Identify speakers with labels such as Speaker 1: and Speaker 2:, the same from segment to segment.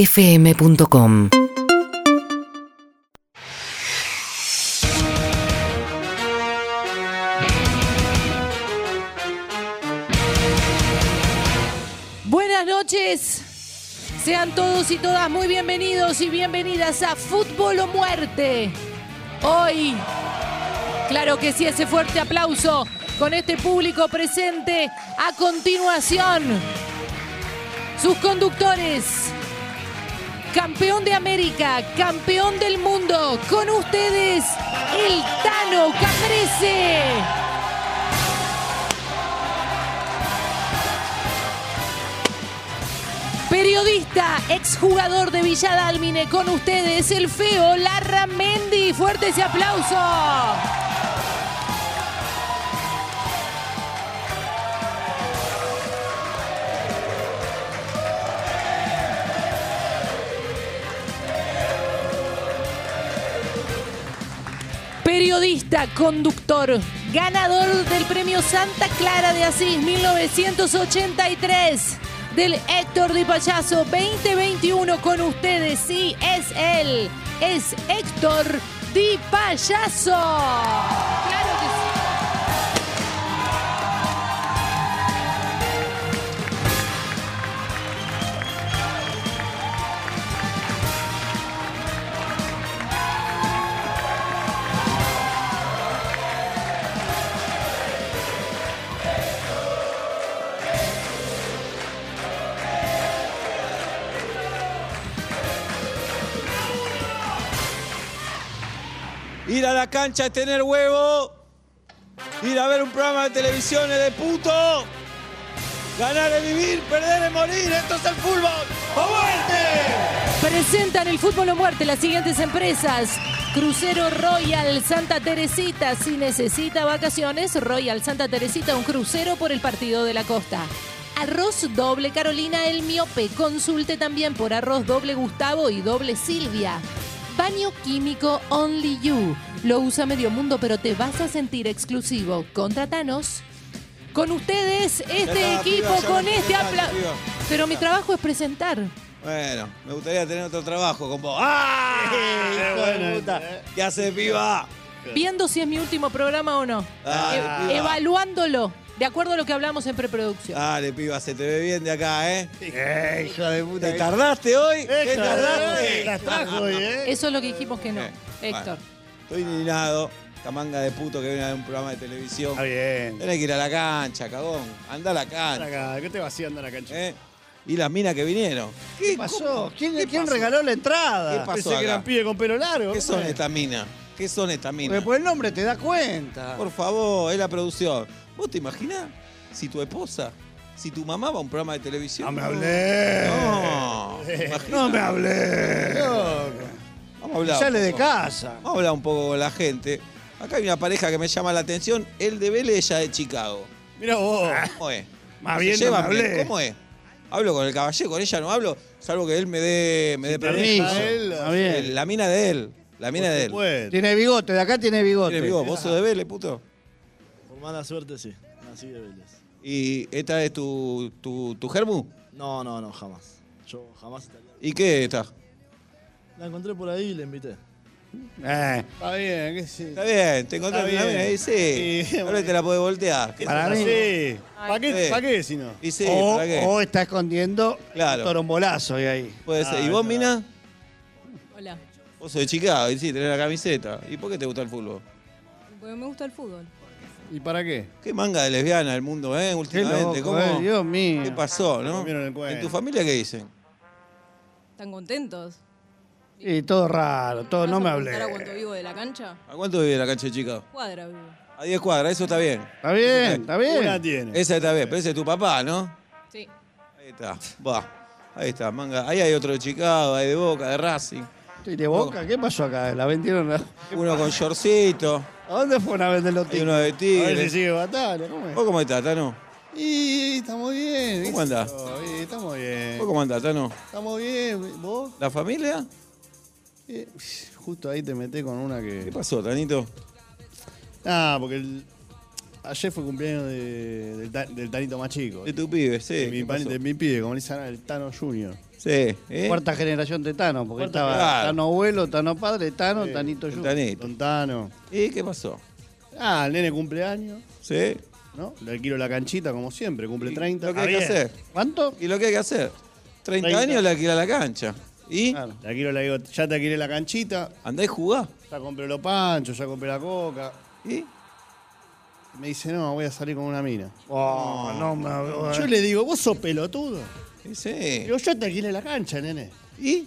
Speaker 1: urbanaplayfm.com
Speaker 2: Buenas noches. Sean todos y todas muy bienvenidos y bienvenidas a Fútbol o Muerte. Hoy, claro que sí, ese fuerte aplauso con este público presente. A continuación, sus conductores. Campeón de América, campeón del mundo, con ustedes el Tano Caprese. Periodista, exjugador de Villa Dálmine, con ustedes el feo Larra Mendi. Fuerte ese aplauso. periodista, conductor, ganador del premio Santa Clara de Asís 1983, del Héctor de Payaso 2021 con ustedes. Sí, es él, es Héctor Di Payaso. Claro que sí.
Speaker 3: Ir a la cancha es tener huevo. Ir a ver un programa de televisión es de puto. Ganar es vivir, perder es morir. Esto es el fútbol. ¡O muerte!
Speaker 2: Presentan el fútbol o muerte las siguientes empresas. Crucero Royal Santa Teresita. Si necesita vacaciones, Royal Santa Teresita, un crucero por el partido de la costa. Arroz doble Carolina El Miope. Consulte también por arroz doble Gustavo y doble Silvia. Baño químico Only You. Lo usa medio mundo, pero te vas a sentir exclusivo. Contratanos. Con ustedes, este
Speaker 3: está,
Speaker 2: equipo,
Speaker 3: piba, ya
Speaker 2: con
Speaker 3: me
Speaker 2: este
Speaker 3: presentaste,
Speaker 2: aplauso.
Speaker 3: piba.
Speaker 2: Pero mi trabajo es presentar.
Speaker 3: Bueno, me gustaría tener otro trabajo con vos. ¡Ah! Hijo de puta. ¿Qué haces, piba?
Speaker 2: Viendo si es mi último programa o no.
Speaker 3: Ah,
Speaker 2: E-
Speaker 3: piba.
Speaker 2: evaluándolo. De acuerdo a lo que hablamos en preproducción.
Speaker 3: Dale, piba, se te ve bien de acá, ¿eh?
Speaker 4: Eh, hijo de puta.
Speaker 3: ¿Te tardaste hoy? ¿Te
Speaker 4: Héctor, eh,
Speaker 3: tardaste?
Speaker 4: Las trajo hoy, ¿eh?
Speaker 2: Eso es lo que dijimos que no,
Speaker 3: Eh,
Speaker 2: Héctor.
Speaker 3: Estoy indignado. Esta manga de puto que viene a ver un programa de televisión.
Speaker 4: Está bien.
Speaker 3: Tenés que ir a la cancha, cagón. Anda a la cancha.
Speaker 4: Acá, ¿Qué te vas haciendo a la cancha?
Speaker 3: ¿eh? Y las minas que vinieron.
Speaker 4: ¿Qué pasó? ¿Quién,
Speaker 3: ¿Qué
Speaker 4: quién
Speaker 3: pasó?
Speaker 4: regaló la entrada?
Speaker 3: ¿Qué pasó
Speaker 4: Pensé
Speaker 3: acá?
Speaker 4: que eran pibes con pelo largo.
Speaker 3: ¿Qué son
Speaker 4: Eh,
Speaker 3: estas minas? ¿Qué son estas
Speaker 4: Porque
Speaker 3: minas?
Speaker 4: por el nombre te da cuenta.
Speaker 3: Por favor, es la producción. ¿Vos te imaginás si tu esposa, si tu mamá va a un programa de televisión?
Speaker 4: No Ah, me hablé.
Speaker 3: No, ¿te imaginás?
Speaker 4: No me hablé. Loco.
Speaker 3: Vamos a hablar. un
Speaker 4: Sale de
Speaker 3: poco.
Speaker 4: casa.
Speaker 3: Vamos a hablar un poco con la gente. Acá hay una pareja que me llama la atención, el de Vélez y ella de Chicago.
Speaker 4: Mira vos.
Speaker 3: ¿Cómo es?
Speaker 4: Más
Speaker 3: Ah. ¿Se
Speaker 4: bien no me
Speaker 3: llevan bien?
Speaker 4: hablé.
Speaker 3: ¿Cómo es? Hablo con el caballero, con ella no hablo, salvo que él me dé, me dé
Speaker 4: Te deja
Speaker 3: permiso.
Speaker 4: él, Está
Speaker 3: El-
Speaker 4: bien.
Speaker 3: La mina de él. La
Speaker 4: Pues
Speaker 3: mina de él.
Speaker 5: Bueno,
Speaker 4: Tiene bigote, de acá tiene bigote.
Speaker 3: Mire, amigo, vos sos de Vélez, puto.
Speaker 5: por mala suerte sí. Así de Vélez.
Speaker 3: ¿Y esta es tu, tu, tu germu?
Speaker 5: No, no, no, jamás. Yo jamás italiano.
Speaker 3: ¿Y qué es esta?
Speaker 5: La encontré por ahí y la invité.
Speaker 4: Eh, Está bien, qué sé.
Speaker 3: Está bien, te encontré
Speaker 5: Está
Speaker 3: una
Speaker 5: bien.
Speaker 3: mina ahí, sí.
Speaker 5: Sí,
Speaker 3: Ahora te la podés voltear. ¿Qué
Speaker 4: Para
Speaker 3: te pasa?
Speaker 4: mí.
Speaker 5: Sí. ¿Para qué,
Speaker 3: Sí.
Speaker 5: pa' qué si no?
Speaker 3: Y sí,
Speaker 4: o,
Speaker 3: ¿para qué?
Speaker 4: o está escondiendo
Speaker 3: Claro.
Speaker 4: un torombolazo de ahí.
Speaker 3: Puede ser.
Speaker 5: Ah,
Speaker 3: ¿Y vos,
Speaker 5: claro.
Speaker 3: mina?
Speaker 6: Hola.
Speaker 3: Vos sos de Chicago, y sí, tenés la camiseta. ¿Y por qué te gusta el fútbol?
Speaker 6: Porque me gusta el fútbol.
Speaker 4: ¿Y para qué?
Speaker 3: Qué manga de lesbiana el mundo, ¿eh?
Speaker 4: Qué
Speaker 3: Últimamente.
Speaker 4: loco,
Speaker 3: ¿Cómo?
Speaker 4: eh, Dios mío.
Speaker 3: ¿Qué pasó, no?
Speaker 5: comieron el cuento.
Speaker 3: ¿En tu familia qué dicen?
Speaker 6: ¿Están contentos?
Speaker 4: Y todo raro, todo, no
Speaker 6: ¿Vas
Speaker 4: me
Speaker 6: a
Speaker 4: hablé.
Speaker 6: preguntar a cuánto vivo de la cancha?
Speaker 3: ¿A cuánto vive la cancha de Chicago?
Speaker 6: Cuadra vivo.
Speaker 3: A 10 cuadras, eso está bien.
Speaker 4: Está bien, está bien.
Speaker 5: Una tiene.
Speaker 3: Esa está bien, pero ese es tu papá, ¿no?
Speaker 6: Sí.
Speaker 3: Ahí está, va. Ahí está, manga. Ahí hay otro de Chicago, hay de Boca, de Racing.
Speaker 4: ¿Y de Boca? ¿Qué pasó acá? ¿La vendieron? A...
Speaker 3: Uno con shortcito,
Speaker 4: ¿A dónde fueron a vender los
Speaker 3: hay
Speaker 4: tigres?
Speaker 3: uno de
Speaker 5: A ver si
Speaker 3: Tigre.
Speaker 5: sigue batalla. ¿Cómo es?
Speaker 3: ¿Vos cómo estás, Tano?
Speaker 5: Y estamos bien.
Speaker 3: ¿Cómo andás?
Speaker 5: Y Estamos bien.
Speaker 3: ¿Vos cómo andás, Tano?
Speaker 5: Estamos bien. ¿Vos?
Speaker 3: ¿La familia?
Speaker 5: Eh, justo ahí te metés con una
Speaker 3: ¿Qué
Speaker 5: que...
Speaker 3: pasó, Tanito?
Speaker 5: Ah, porque el-
Speaker 4: ayer fue cumpleaños de- del, ta- del Tanito más chico.
Speaker 3: De tu pibe, sí.
Speaker 4: De mi,
Speaker 3: ¿qué
Speaker 4: pan-
Speaker 3: pasó?
Speaker 4: de mi pibe, como le dicen ahora, el Tano Junior.
Speaker 3: Sí, ¿eh?
Speaker 5: Cuarta generación de Tano, porque
Speaker 4: Cuarta,
Speaker 5: estaba
Speaker 3: claro.
Speaker 5: Tano abuelo, Tano padre, Tano,
Speaker 4: Sí,
Speaker 5: Tanito yo.
Speaker 3: Tanito.
Speaker 4: Don Tano.
Speaker 3: ¿Y qué pasó?
Speaker 4: Ah, el nene cumpleaños,
Speaker 3: ¿Sí?
Speaker 4: ¿no? Le alquilo la canchita, como siempre, cumple
Speaker 3: Y
Speaker 4: 30.
Speaker 3: Lo que hay que
Speaker 4: Ah, bien.
Speaker 3: hacer.
Speaker 5: ¿Cuánto?
Speaker 3: ¿Y lo que hay que hacer? 30,
Speaker 4: 30.
Speaker 3: años le alquila la cancha. ¿Y?
Speaker 5: Claro.
Speaker 4: Le alquilo, le digo, ya te alquilé la canchita,
Speaker 3: Andá y jugá.
Speaker 4: ya compré los panchos, ya compré la coca.
Speaker 3: ¿Y?
Speaker 4: Y Me dice, no, voy a salir con una mina.
Speaker 5: Oh, no, me-
Speaker 4: Yo le digo, vos sos pelotudo.
Speaker 3: Y sí.
Speaker 4: Digo, yo te alquilé la cancha, nene.
Speaker 3: ¿Y?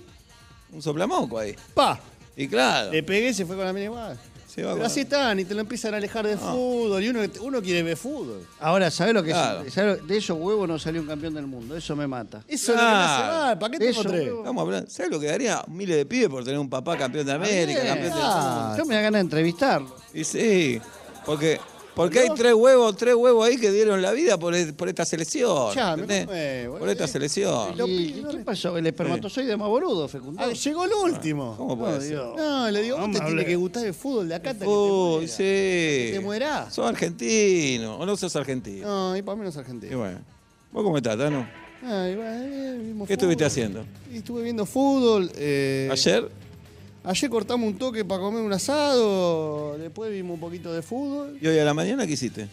Speaker 3: Un soplamoco ahí.
Speaker 4: Pa,
Speaker 3: Y claro.
Speaker 4: le pegué y se fue con la mina igual.
Speaker 3: Se va
Speaker 4: Pero
Speaker 3: con-
Speaker 4: así están y te lo empiezan a alejar del fútbol y uno, uno quiere ver fútbol.
Speaker 5: Ahora, ¿sabes lo que es-
Speaker 3: Claro.
Speaker 5: ¿sabés lo- De esos huevos no salió un campeón del mundo, eso me mata.
Speaker 4: Eso
Speaker 3: Claro.
Speaker 4: es lo que me hace mal. ¿Para qué
Speaker 5: De
Speaker 4: te
Speaker 5: eso,
Speaker 4: encontré?
Speaker 5: boludo.
Speaker 3: Vamos a hablar. ¿Sabes lo que daría miles de pibes por tener un papá campeón de América,
Speaker 5: Bien.
Speaker 3: campeón de...
Speaker 4: Ah,
Speaker 5: Yo me da ganas de entrevistarlo.
Speaker 3: Y sí. Porque, porque hay tres huevos, tres huevos ahí que dieron la vida por, el- por esta selección.
Speaker 4: Ya, me
Speaker 3: ¿entendés?
Speaker 4: comé, boludo.
Speaker 3: por esta selección.
Speaker 4: Lo
Speaker 5: ¿Y
Speaker 4: pido,
Speaker 5: qué
Speaker 4: re-
Speaker 5: pasó? El espermatozoide más boludo fecundó.
Speaker 4: Ah, llegó el último.
Speaker 3: ¿Cómo puede
Speaker 5: No,
Speaker 3: ser?
Speaker 5: Dios.
Speaker 4: No, le digo,
Speaker 5: No
Speaker 4: vos
Speaker 5: me
Speaker 4: te tiene
Speaker 5: hablé.
Speaker 4: que gustar el fútbol de acá hasta que
Speaker 3: Uy,
Speaker 4: te mueras.
Speaker 3: sí.
Speaker 4: te muerás.
Speaker 3: Sos argentino. O no sos argentino.
Speaker 4: No, y para menos
Speaker 3: Y
Speaker 4: argentino.
Speaker 3: bueno. ¿Vos cómo estás, Tano?
Speaker 4: Ah, eh,
Speaker 3: ¿Qué estuviste haciendo?
Speaker 4: Estuve viendo fútbol. eh,
Speaker 3: ¿Ayer?
Speaker 4: Ayer cortamos un toque para comer un asado, después vimos un poquito de fútbol.
Speaker 3: ¿Y hoy a la mañana qué hiciste?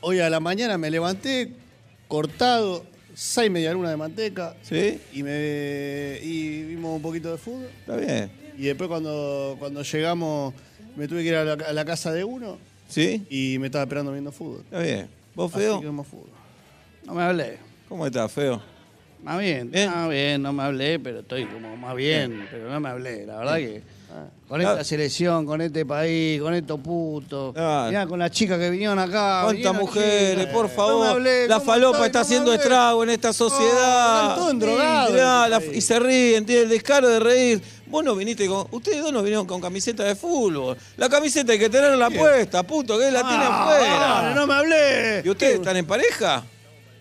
Speaker 4: Hoy a la mañana me levanté cortado, seis medialunas de manteca
Speaker 3: ¿Sí?
Speaker 4: y me y vimos un poquito de fútbol.
Speaker 3: Está bien.
Speaker 4: Y después cuando, cuando llegamos me tuve que ir a la, a la casa de uno
Speaker 3: ¿Sí?
Speaker 4: y me estaba esperando viendo fútbol.
Speaker 3: Está bien. ¿Vos,
Speaker 4: Así que
Speaker 3: Feo?
Speaker 4: vemos fútbol.
Speaker 5: No me hablé.
Speaker 3: ¿Cómo estás, Feo?
Speaker 5: Más bien,
Speaker 3: Bien.
Speaker 5: más bien, no me hablé, pero estoy como más bien, pero no me hablé. La verdad que
Speaker 3: Ah.
Speaker 5: con esta
Speaker 3: Claro.
Speaker 5: selección, con este país, con estos putos,
Speaker 3: Claro.
Speaker 5: mirá, con las chicas que vinieron acá.
Speaker 3: Ah. ¿Cuántas
Speaker 5: vinieron
Speaker 3: mujeres,
Speaker 5: chinas.
Speaker 3: por favor?
Speaker 5: Ah, No me hablé,
Speaker 3: la
Speaker 5: ¿cómo
Speaker 3: falopa
Speaker 5: estoy?
Speaker 3: está
Speaker 5: No me
Speaker 3: haciendo
Speaker 5: hablé.
Speaker 3: estrago en esta sociedad.
Speaker 4: están todos endrogados.
Speaker 3: Mirá, la- y se ríen, tiene el descaro de reír. Vos no viniste con. Ustedes dos no vinieron con camiseta de fútbol. La camiseta hay que tenerla puesta, puto, que la tiene afuera.
Speaker 5: Ah, no me hablé.
Speaker 3: ¿Y ustedes están en pareja?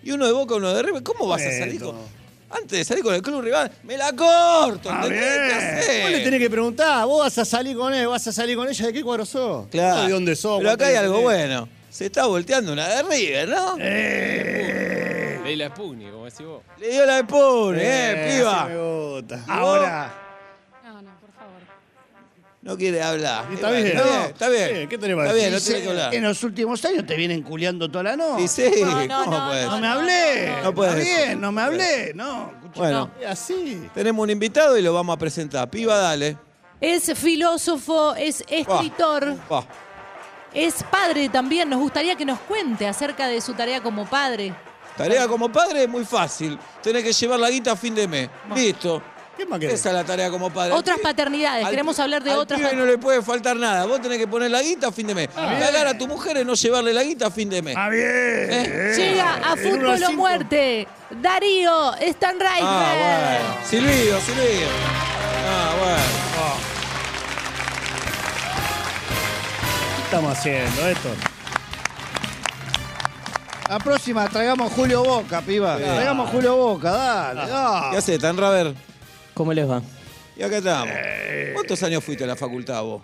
Speaker 3: ¿Y uno de Boca, uno de River? ¿Cómo vas a salir con.?
Speaker 4: Bueno.
Speaker 3: Antes de salir con el club rival, me la corto.
Speaker 5: Ah,
Speaker 3: ¿entendés?
Speaker 5: bien.
Speaker 3: ¿Qué hacés?
Speaker 4: Vos le tenés que preguntar, vos vas a salir con él, vas a salir con ella, ¿de qué cuadro sos?
Speaker 3: Claro.
Speaker 4: ¿De dónde sos?
Speaker 3: Pero acá
Speaker 4: ¿Cuánto
Speaker 3: hay
Speaker 4: le
Speaker 3: algo
Speaker 4: tenés?
Speaker 3: bueno. Se está volteando una de River, ¿no?
Speaker 5: Eh,
Speaker 7: Leila Spugni, como decís vos.
Speaker 3: Le dio la de Pune, eh,
Speaker 4: Eh,
Speaker 3: piba.
Speaker 4: así me gusta.
Speaker 5: Ahora,
Speaker 8: No, no, por favor.
Speaker 3: No quiere hablar.
Speaker 4: Está
Speaker 3: Y bueno,
Speaker 4: bien.
Speaker 3: está bien,
Speaker 4: No.
Speaker 3: está bien.
Speaker 4: Sí, ¿qué tenés para
Speaker 3: Está bien, no
Speaker 4: decir?
Speaker 3: tiene que hablar.
Speaker 5: en los últimos años te vienen culeando toda la noche.
Speaker 3: Y sí,
Speaker 2: No, no,
Speaker 3: ¿cómo
Speaker 2: no,
Speaker 3: puede
Speaker 5: No
Speaker 3: ser?
Speaker 5: me hablé.
Speaker 3: No puedes
Speaker 5: Está
Speaker 3: decir.
Speaker 5: bien, no me hablé. No. escucha.
Speaker 3: Bueno,
Speaker 4: Es Así.
Speaker 3: tenemos un invitado y lo vamos a presentar. Piba, dale.
Speaker 2: Es filósofo, es
Speaker 3: Buah,
Speaker 2: escritor.
Speaker 3: buah.
Speaker 2: Es padre también, nos gustaría que nos cuente acerca de su tarea como padre.
Speaker 3: Tarea como padre es muy fácil. Tenés que llevar la guita a fin de mes. Listo.
Speaker 4: ¿Qué más querés?
Speaker 3: Esa es la tarea como padre.
Speaker 2: Otras
Speaker 3: Al pi-
Speaker 2: paternidades,
Speaker 3: al
Speaker 2: queremos
Speaker 3: pi-
Speaker 2: hablar de
Speaker 3: al
Speaker 2: otras
Speaker 3: pibe
Speaker 2: pat-
Speaker 3: no le puede faltar nada. Vos tenés que poner la guita a fin de mes. Cagar a tu mujer es no llevarle la guita a fin de mes.
Speaker 5: Ah, bien.
Speaker 3: ¿Eh?
Speaker 2: Llega a
Speaker 4: uno al
Speaker 2: Fútbol o
Speaker 4: cinco.
Speaker 2: Muerte, Darío Stanraiver.
Speaker 3: Ah, bueno. Silvio, Silvio. Ah, bueno.
Speaker 4: ¿Qué estamos haciendo esto?
Speaker 5: La próxima traigamos Julio Boca,
Speaker 3: Ah.
Speaker 5: piba. Traigamos Julio Boca, dale, dale.
Speaker 3: ¿Qué haces, Tan Raver?
Speaker 9: ¿Cómo les va?
Speaker 3: Y acá estamos. ¿Cuántos años fuiste a la facultad vos?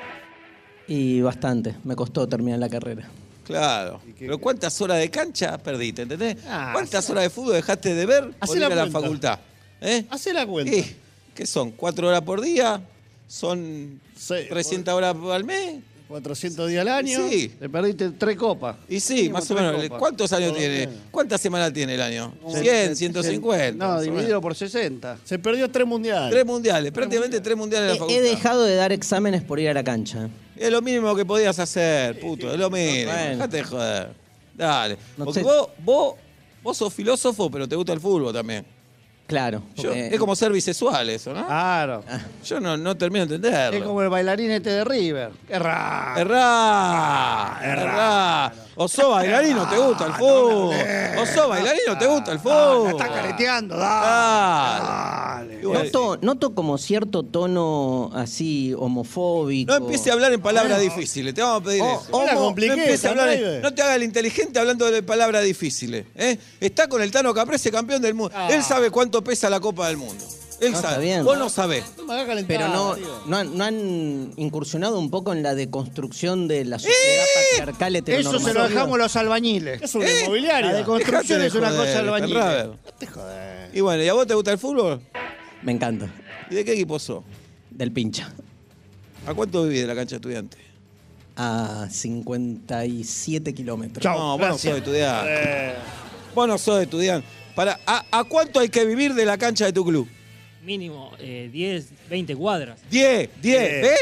Speaker 9: Y bastante, me costó terminar la carrera.
Speaker 3: Claro. Pero ¿cuántas horas de cancha perdiste, entendés? ¿Cuántas horas de fútbol dejaste de ver por
Speaker 4: Hacé
Speaker 3: ir
Speaker 4: la
Speaker 3: a la
Speaker 4: cuenta.
Speaker 3: facultad? ¿Eh?
Speaker 4: Hacé la cuenta.
Speaker 3: Y, ¿Qué son? ¿Cuatro horas por día? ¿Son
Speaker 4: Sí,
Speaker 3: 300 horas al mes?
Speaker 4: 400 días al año.
Speaker 3: Sí.
Speaker 5: Te perdiste tres copas.
Speaker 3: Y sí, más o
Speaker 5: tres
Speaker 3: menos.
Speaker 5: copas.
Speaker 3: ¿Cuántos años tiene? ¿Cuántas semanas tiene el año? ¿100, 150?
Speaker 5: No,
Speaker 3: más o menos.
Speaker 5: dividido por 60.
Speaker 4: Se perdió tres mundiales.
Speaker 3: Tres mundiales, prácticamente tres mundiales en la
Speaker 9: He,
Speaker 3: facultad.
Speaker 9: he dejado de dar exámenes por ir a la cancha.
Speaker 3: Es lo mínimo que podías hacer, puto, es lo mínimo.
Speaker 9: Bueno.
Speaker 3: Dejate de joder. Dale.
Speaker 9: No
Speaker 3: Porque
Speaker 9: sé.
Speaker 3: vos, vos, vos sos filósofo, pero te gusta el fútbol también.
Speaker 9: Claro.
Speaker 3: Yo-
Speaker 9: porque-
Speaker 3: es como ser bisexual eso, ¿no?
Speaker 5: Claro.
Speaker 3: Yo no, no termino de entenderlo.
Speaker 5: Es como el bailarín este de River. Qué raro.
Speaker 3: Errá, errá. O sos bailarino, te gusta el fútbol. O sos bailarino, te gusta el fútbol.
Speaker 5: Está careteando, dale.
Speaker 3: Ah. Dale.
Speaker 5: Dale.
Speaker 3: Y bueno,
Speaker 9: Noto, noto como cierto tono así homofóbico.
Speaker 3: No empiece a hablar en palabras difíciles, te vamos a pedir eso.
Speaker 4: no la
Speaker 3: Homo,
Speaker 4: compliqué,
Speaker 3: no, empiece a hablar en-
Speaker 4: Sanraibe.
Speaker 3: no te haga el inteligente hablando de palabras difíciles. ¿eh? Está con el Tano Caprese, campeón del mundo. Él sabe cuánto pesa la Copa del Mundo. Él
Speaker 9: No,
Speaker 3: sabe.
Speaker 9: está bien.
Speaker 3: Vos no sabés.
Speaker 5: No me hagas calentar,
Speaker 9: Pero no,
Speaker 5: tío.
Speaker 9: no, han, no han incursionado un poco en la deconstrucción de la sociedad
Speaker 3: ¡Eh!
Speaker 9: patriarcal
Speaker 4: Eso
Speaker 9: heteronormativa.
Speaker 4: se lo dejamos a los albañiles. ¿Eh?
Speaker 5: Es una
Speaker 4: La
Speaker 5: inmobiliaria.
Speaker 4: deconstrucción
Speaker 3: Dejate
Speaker 4: es una
Speaker 3: de
Speaker 4: cosa
Speaker 3: joder,
Speaker 4: albañil.
Speaker 3: Conrado. Y bueno, ¿y a vos te gusta el fútbol?
Speaker 9: Me encanta.
Speaker 3: ¿Y de qué equipo sos?
Speaker 9: Del pincha.
Speaker 3: ¿A cuánto vivís de la cancha de estudiante?
Speaker 9: A 57 kilómetros.
Speaker 4: Chau,
Speaker 3: no, vos no
Speaker 4: gracias. Eh.
Speaker 3: sos estudiante. Vos no sos estudiante. Para, ¿a, a cuánto hay que vivir de la cancha de tu club?
Speaker 10: Mínimo eh, 10, 20 cuadras.
Speaker 3: 10, 10, ¿ves?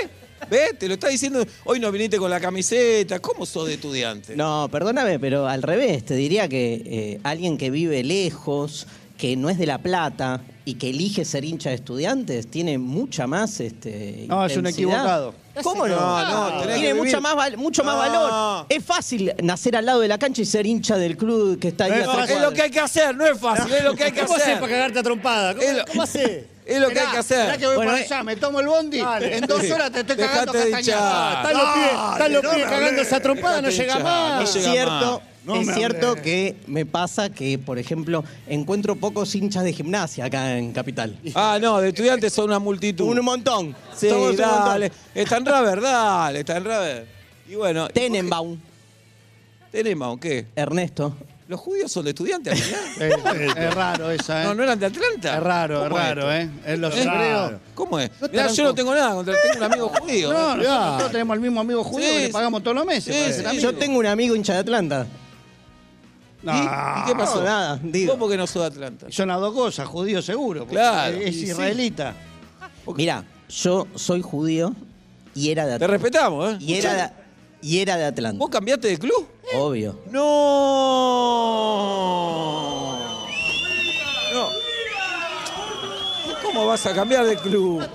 Speaker 3: ¿Ves? Te lo está diciendo. Hoy no viniste con la camiseta. ¿Cómo sos de estudiante?
Speaker 9: No, perdóname, pero al revés, te diría que eh, alguien que vive lejos, que no es de La Plata y que elige ser hincha de estudiantes, tiene mucha más este,
Speaker 4: No, es un
Speaker 9: intensidad.
Speaker 4: equivocado.
Speaker 9: ¿Cómo no?
Speaker 3: No, no, tenés
Speaker 9: tiene
Speaker 3: que
Speaker 9: mucha
Speaker 3: vivir-
Speaker 9: más val- mucho más
Speaker 3: No.
Speaker 9: valor. Es fácil nacer al lado de la cancha y ser hincha del club que está ahí a
Speaker 3: No,
Speaker 9: tres
Speaker 3: es lo
Speaker 9: cuadras.
Speaker 3: que hay que hacer, no es fácil, es lo que hay que
Speaker 5: ¿Cómo haces
Speaker 3: hacer.
Speaker 5: para cagarte a trompada?
Speaker 3: Es lo-
Speaker 5: ¿Cómo, cómo haces?
Speaker 3: Es lo que hay que
Speaker 4: Mirá que
Speaker 3: hacer.
Speaker 4: voy
Speaker 9: Bueno,
Speaker 4: para
Speaker 9: eh.
Speaker 4: allá, me tomo el bondi,
Speaker 5: Dale.
Speaker 4: en dos horas te estoy cagando
Speaker 3: Dejate de
Speaker 4: castañada.
Speaker 3: hinchar.
Speaker 5: Están los pibes, están los
Speaker 4: no
Speaker 5: pibes
Speaker 4: me
Speaker 5: cagándose a trompada, no
Speaker 3: Dejate
Speaker 5: llega
Speaker 3: hinchar,
Speaker 5: más.
Speaker 3: no
Speaker 9: Es
Speaker 3: llega
Speaker 9: cierto,
Speaker 5: No
Speaker 9: es
Speaker 5: me
Speaker 9: cierto
Speaker 5: hables.
Speaker 9: que me pasa que, por ejemplo, encuentro pocos hinchas de gimnasia acá en Capital.
Speaker 3: Ah, no, de estudiantes son una multitud.
Speaker 9: Un montón.
Speaker 3: Sí,
Speaker 9: Somos un montón.
Speaker 3: dale. Está en Raver, dale, está en Raver. Y bueno,
Speaker 9: Tenenbaum,
Speaker 3: tenemos, ¿qué?
Speaker 9: Ernesto.
Speaker 3: ¿Los judíos son de estudiantes al final?
Speaker 4: Eh, es raro esa, ¿eh?
Speaker 3: No, no eran de Atlanta.
Speaker 4: Es raro, es
Speaker 3: ¿Cómo
Speaker 4: raro,
Speaker 3: esto?
Speaker 4: ¿eh? Es los
Speaker 3: ¿Eh?
Speaker 4: hebreos.
Speaker 3: ¿Cómo es?
Speaker 4: No te
Speaker 3: Mirá,
Speaker 4: dan
Speaker 3: yo no
Speaker 4: con-
Speaker 3: tengo nada contra tengo un amigo judío.
Speaker 4: No,
Speaker 3: ¿eh?
Speaker 4: nosotros, nosotros tenemos el mismo amigo judío
Speaker 3: Sí,
Speaker 4: que
Speaker 3: sí.
Speaker 4: le pagamos todos los meses. pues.
Speaker 3: Sí,
Speaker 4: parece,
Speaker 3: sí.
Speaker 4: el amigo.
Speaker 9: Yo tengo un amigo hincha de Atlanta.
Speaker 3: ¿Y? ¿Y qué pasó?
Speaker 9: No, nada, digo.
Speaker 3: ¿Vos porque no sos de Atlanta?
Speaker 4: Son las dos cosas, judío seguro. porque
Speaker 3: Claro.
Speaker 4: Es
Speaker 3: Y sí.
Speaker 4: israelita.
Speaker 9: Mira, yo soy judío y era de
Speaker 3: Te
Speaker 9: Atlanta.
Speaker 3: respetamos, ¿eh?
Speaker 9: Y era de, y era de Atlanta,
Speaker 3: ¿Vos cambiaste de club?
Speaker 9: obvio.
Speaker 3: No. No. ¿Cómo vas a cambiar de club?
Speaker 11: No,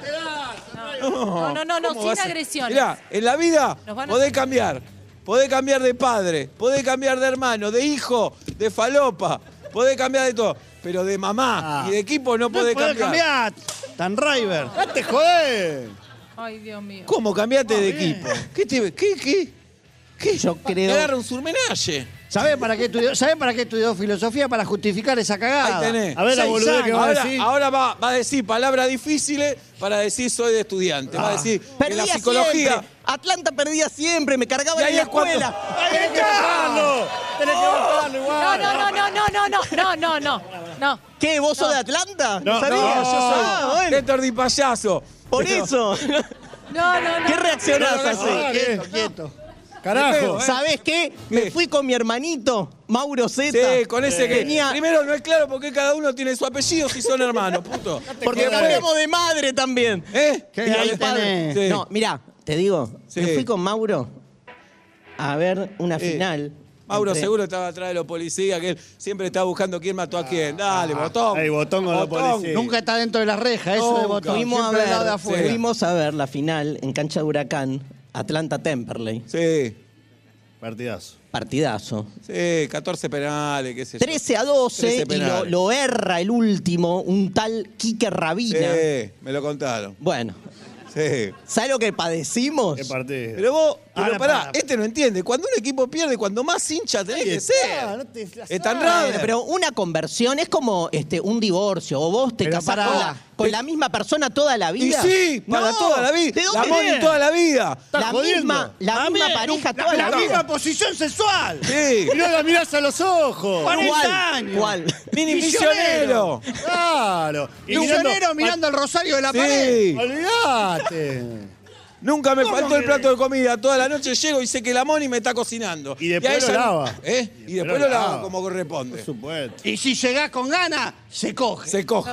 Speaker 11: no, no, no,
Speaker 3: Oh, ¿Cómo
Speaker 11: sin
Speaker 3: vas a-
Speaker 11: agresiones.
Speaker 3: Mirá, en la vida
Speaker 11: Nos van a-
Speaker 3: podés cambiar. Podés cambiar de padre, podés cambiar de hermano, de hijo, de falopa, podés cambiar de todo. Pero de mamá
Speaker 4: Ah.
Speaker 3: y de equipo no podés
Speaker 4: podés
Speaker 3: cambiar.
Speaker 4: cambiar. Tan River.
Speaker 5: ¡Date joder!
Speaker 6: Ay, Dios mío.
Speaker 3: ¿Cómo cambiaste de equipo? ¿Qué te qué qué? ¿Qué?
Speaker 9: Yo creo-
Speaker 3: Te agarra un surmenalle.
Speaker 4: ¿Sabés para qué estudió, ¿sabés para qué estudió filosofía? Para justificar esa cagada.
Speaker 3: Ahí tenés.
Speaker 5: A ver la
Speaker 4: Seis
Speaker 5: boludez que
Speaker 4: años.
Speaker 5: va a
Speaker 3: Ahora,
Speaker 5: decir.
Speaker 3: ahora va, va a decir palabras difíciles para decir soy de estudiante.
Speaker 5: Ah.
Speaker 3: Va a decir que la
Speaker 9: Perdía
Speaker 3: psicología.
Speaker 9: siempre. Atlanta perdía siempre, me cargaba
Speaker 3: Y
Speaker 9: en
Speaker 3: ahí
Speaker 9: la
Speaker 3: es cuando-
Speaker 9: escuela.
Speaker 5: ¡Tenés que bajarlo! ¡Tenés que bajarlo
Speaker 11: No,
Speaker 5: igual!
Speaker 11: no, no, no, no, no, no, no, no, no, no.
Speaker 9: ¿Qué? ¿Vos sos de Atlanta?
Speaker 5: No,
Speaker 9: sabía.
Speaker 5: no.
Speaker 9: Yo soy. Ah, bueno,
Speaker 3: Héctor Di Payaso.
Speaker 9: por eso.
Speaker 11: No, no, no.
Speaker 9: ¿Qué reaccionás
Speaker 3: No, no, no,
Speaker 9: así?
Speaker 5: Ah,
Speaker 4: Quieto,
Speaker 5: ¿qué?
Speaker 4: quieto.
Speaker 5: ¡Carajo!
Speaker 3: no, eh.
Speaker 9: ¿Sabés qué?
Speaker 3: ¿Qué?
Speaker 9: Me fui con mi hermanito, Mauro Z.
Speaker 3: Sí, con ese que.
Speaker 9: Tenía-
Speaker 3: Primero no es claro por qué cada uno tiene su apellido si son hermanos, puto.
Speaker 9: Porque
Speaker 3: Después-
Speaker 9: cambiamos de madre también.
Speaker 3: ¿Eh?
Speaker 4: ¿Qué
Speaker 3: Y
Speaker 4: edad
Speaker 3: ahí
Speaker 4: tenés?
Speaker 3: padre-
Speaker 4: Sí.
Speaker 9: No, mirá, te digo,
Speaker 3: Sí.
Speaker 9: me fui con Mauro a ver una
Speaker 3: Eh,
Speaker 9: final.
Speaker 3: Mauro
Speaker 9: entre-
Speaker 3: seguro estaba atrás de los policías, que él siempre está buscando quién mató a quién. Dale, botón.
Speaker 5: Ey, Ah, botón con los policías.
Speaker 4: Nunca está dentro de las rejas, eso de
Speaker 3: Nunca.
Speaker 4: botón.
Speaker 9: Fuimos a,
Speaker 4: siempre del lado de
Speaker 9: ver,
Speaker 4: afuera.
Speaker 9: fuimos a ver la final en cancha de Huracán, Atlanta Temperley.
Speaker 3: Sí,
Speaker 5: Partidazo.
Speaker 9: Partidazo.
Speaker 3: sí, 14 penales, qué sé yo.
Speaker 9: 13 a 12
Speaker 3: 13
Speaker 9: y lo,
Speaker 3: penales.
Speaker 9: lo erra el último, un tal Quique Rabina.
Speaker 3: Sí, me lo contaron.
Speaker 9: Bueno,
Speaker 3: Sí.
Speaker 9: ¿sabes lo que padecimos?
Speaker 5: ¡Qué partido!
Speaker 3: Pero vos, pero
Speaker 5: Ahora,
Speaker 3: pará,
Speaker 5: pará.
Speaker 3: este no entiende. Cuando un equipo pierde, cuando más hincha tenés que
Speaker 5: está,
Speaker 3: ser.
Speaker 5: no te la
Speaker 3: Está en
Speaker 9: Bueno,
Speaker 3: Raver.
Speaker 9: pero una conversión es como este, un divorcio. O vos te
Speaker 4: Pero
Speaker 9: casás
Speaker 4: pará.
Speaker 9: con la, con la misma persona toda la
Speaker 3: Y
Speaker 9: vida.
Speaker 3: sí, para
Speaker 9: No,
Speaker 3: toda la
Speaker 9: ¿De
Speaker 3: vida. La
Speaker 9: dónde
Speaker 3: Moni
Speaker 9: viene?
Speaker 3: toda la vida.
Speaker 9: La misma, la misma pareja toda la,
Speaker 4: La misma
Speaker 9: vida.
Speaker 4: posición sexual.
Speaker 3: Sí.
Speaker 5: Y no la mirás a los ojos.
Speaker 4: 40 años.
Speaker 9: ¿Cuál?
Speaker 3: Mini misionero.
Speaker 4: Misionero.
Speaker 5: Claro.
Speaker 4: Y Misionero mirando al rosario de la pared.
Speaker 3: Sí.
Speaker 5: Olvídate.
Speaker 3: Nunca me faltó el plato de comida. Toda la noche llego y sé que la Moni me está cocinando.
Speaker 5: Y después
Speaker 3: a
Speaker 5: lo lava.
Speaker 3: ¿Eh? Y después lo lava como
Speaker 5: Por
Speaker 3: corresponde.
Speaker 5: supuesto.
Speaker 4: Y si llegás con ganas, se coge.
Speaker 3: Se coge.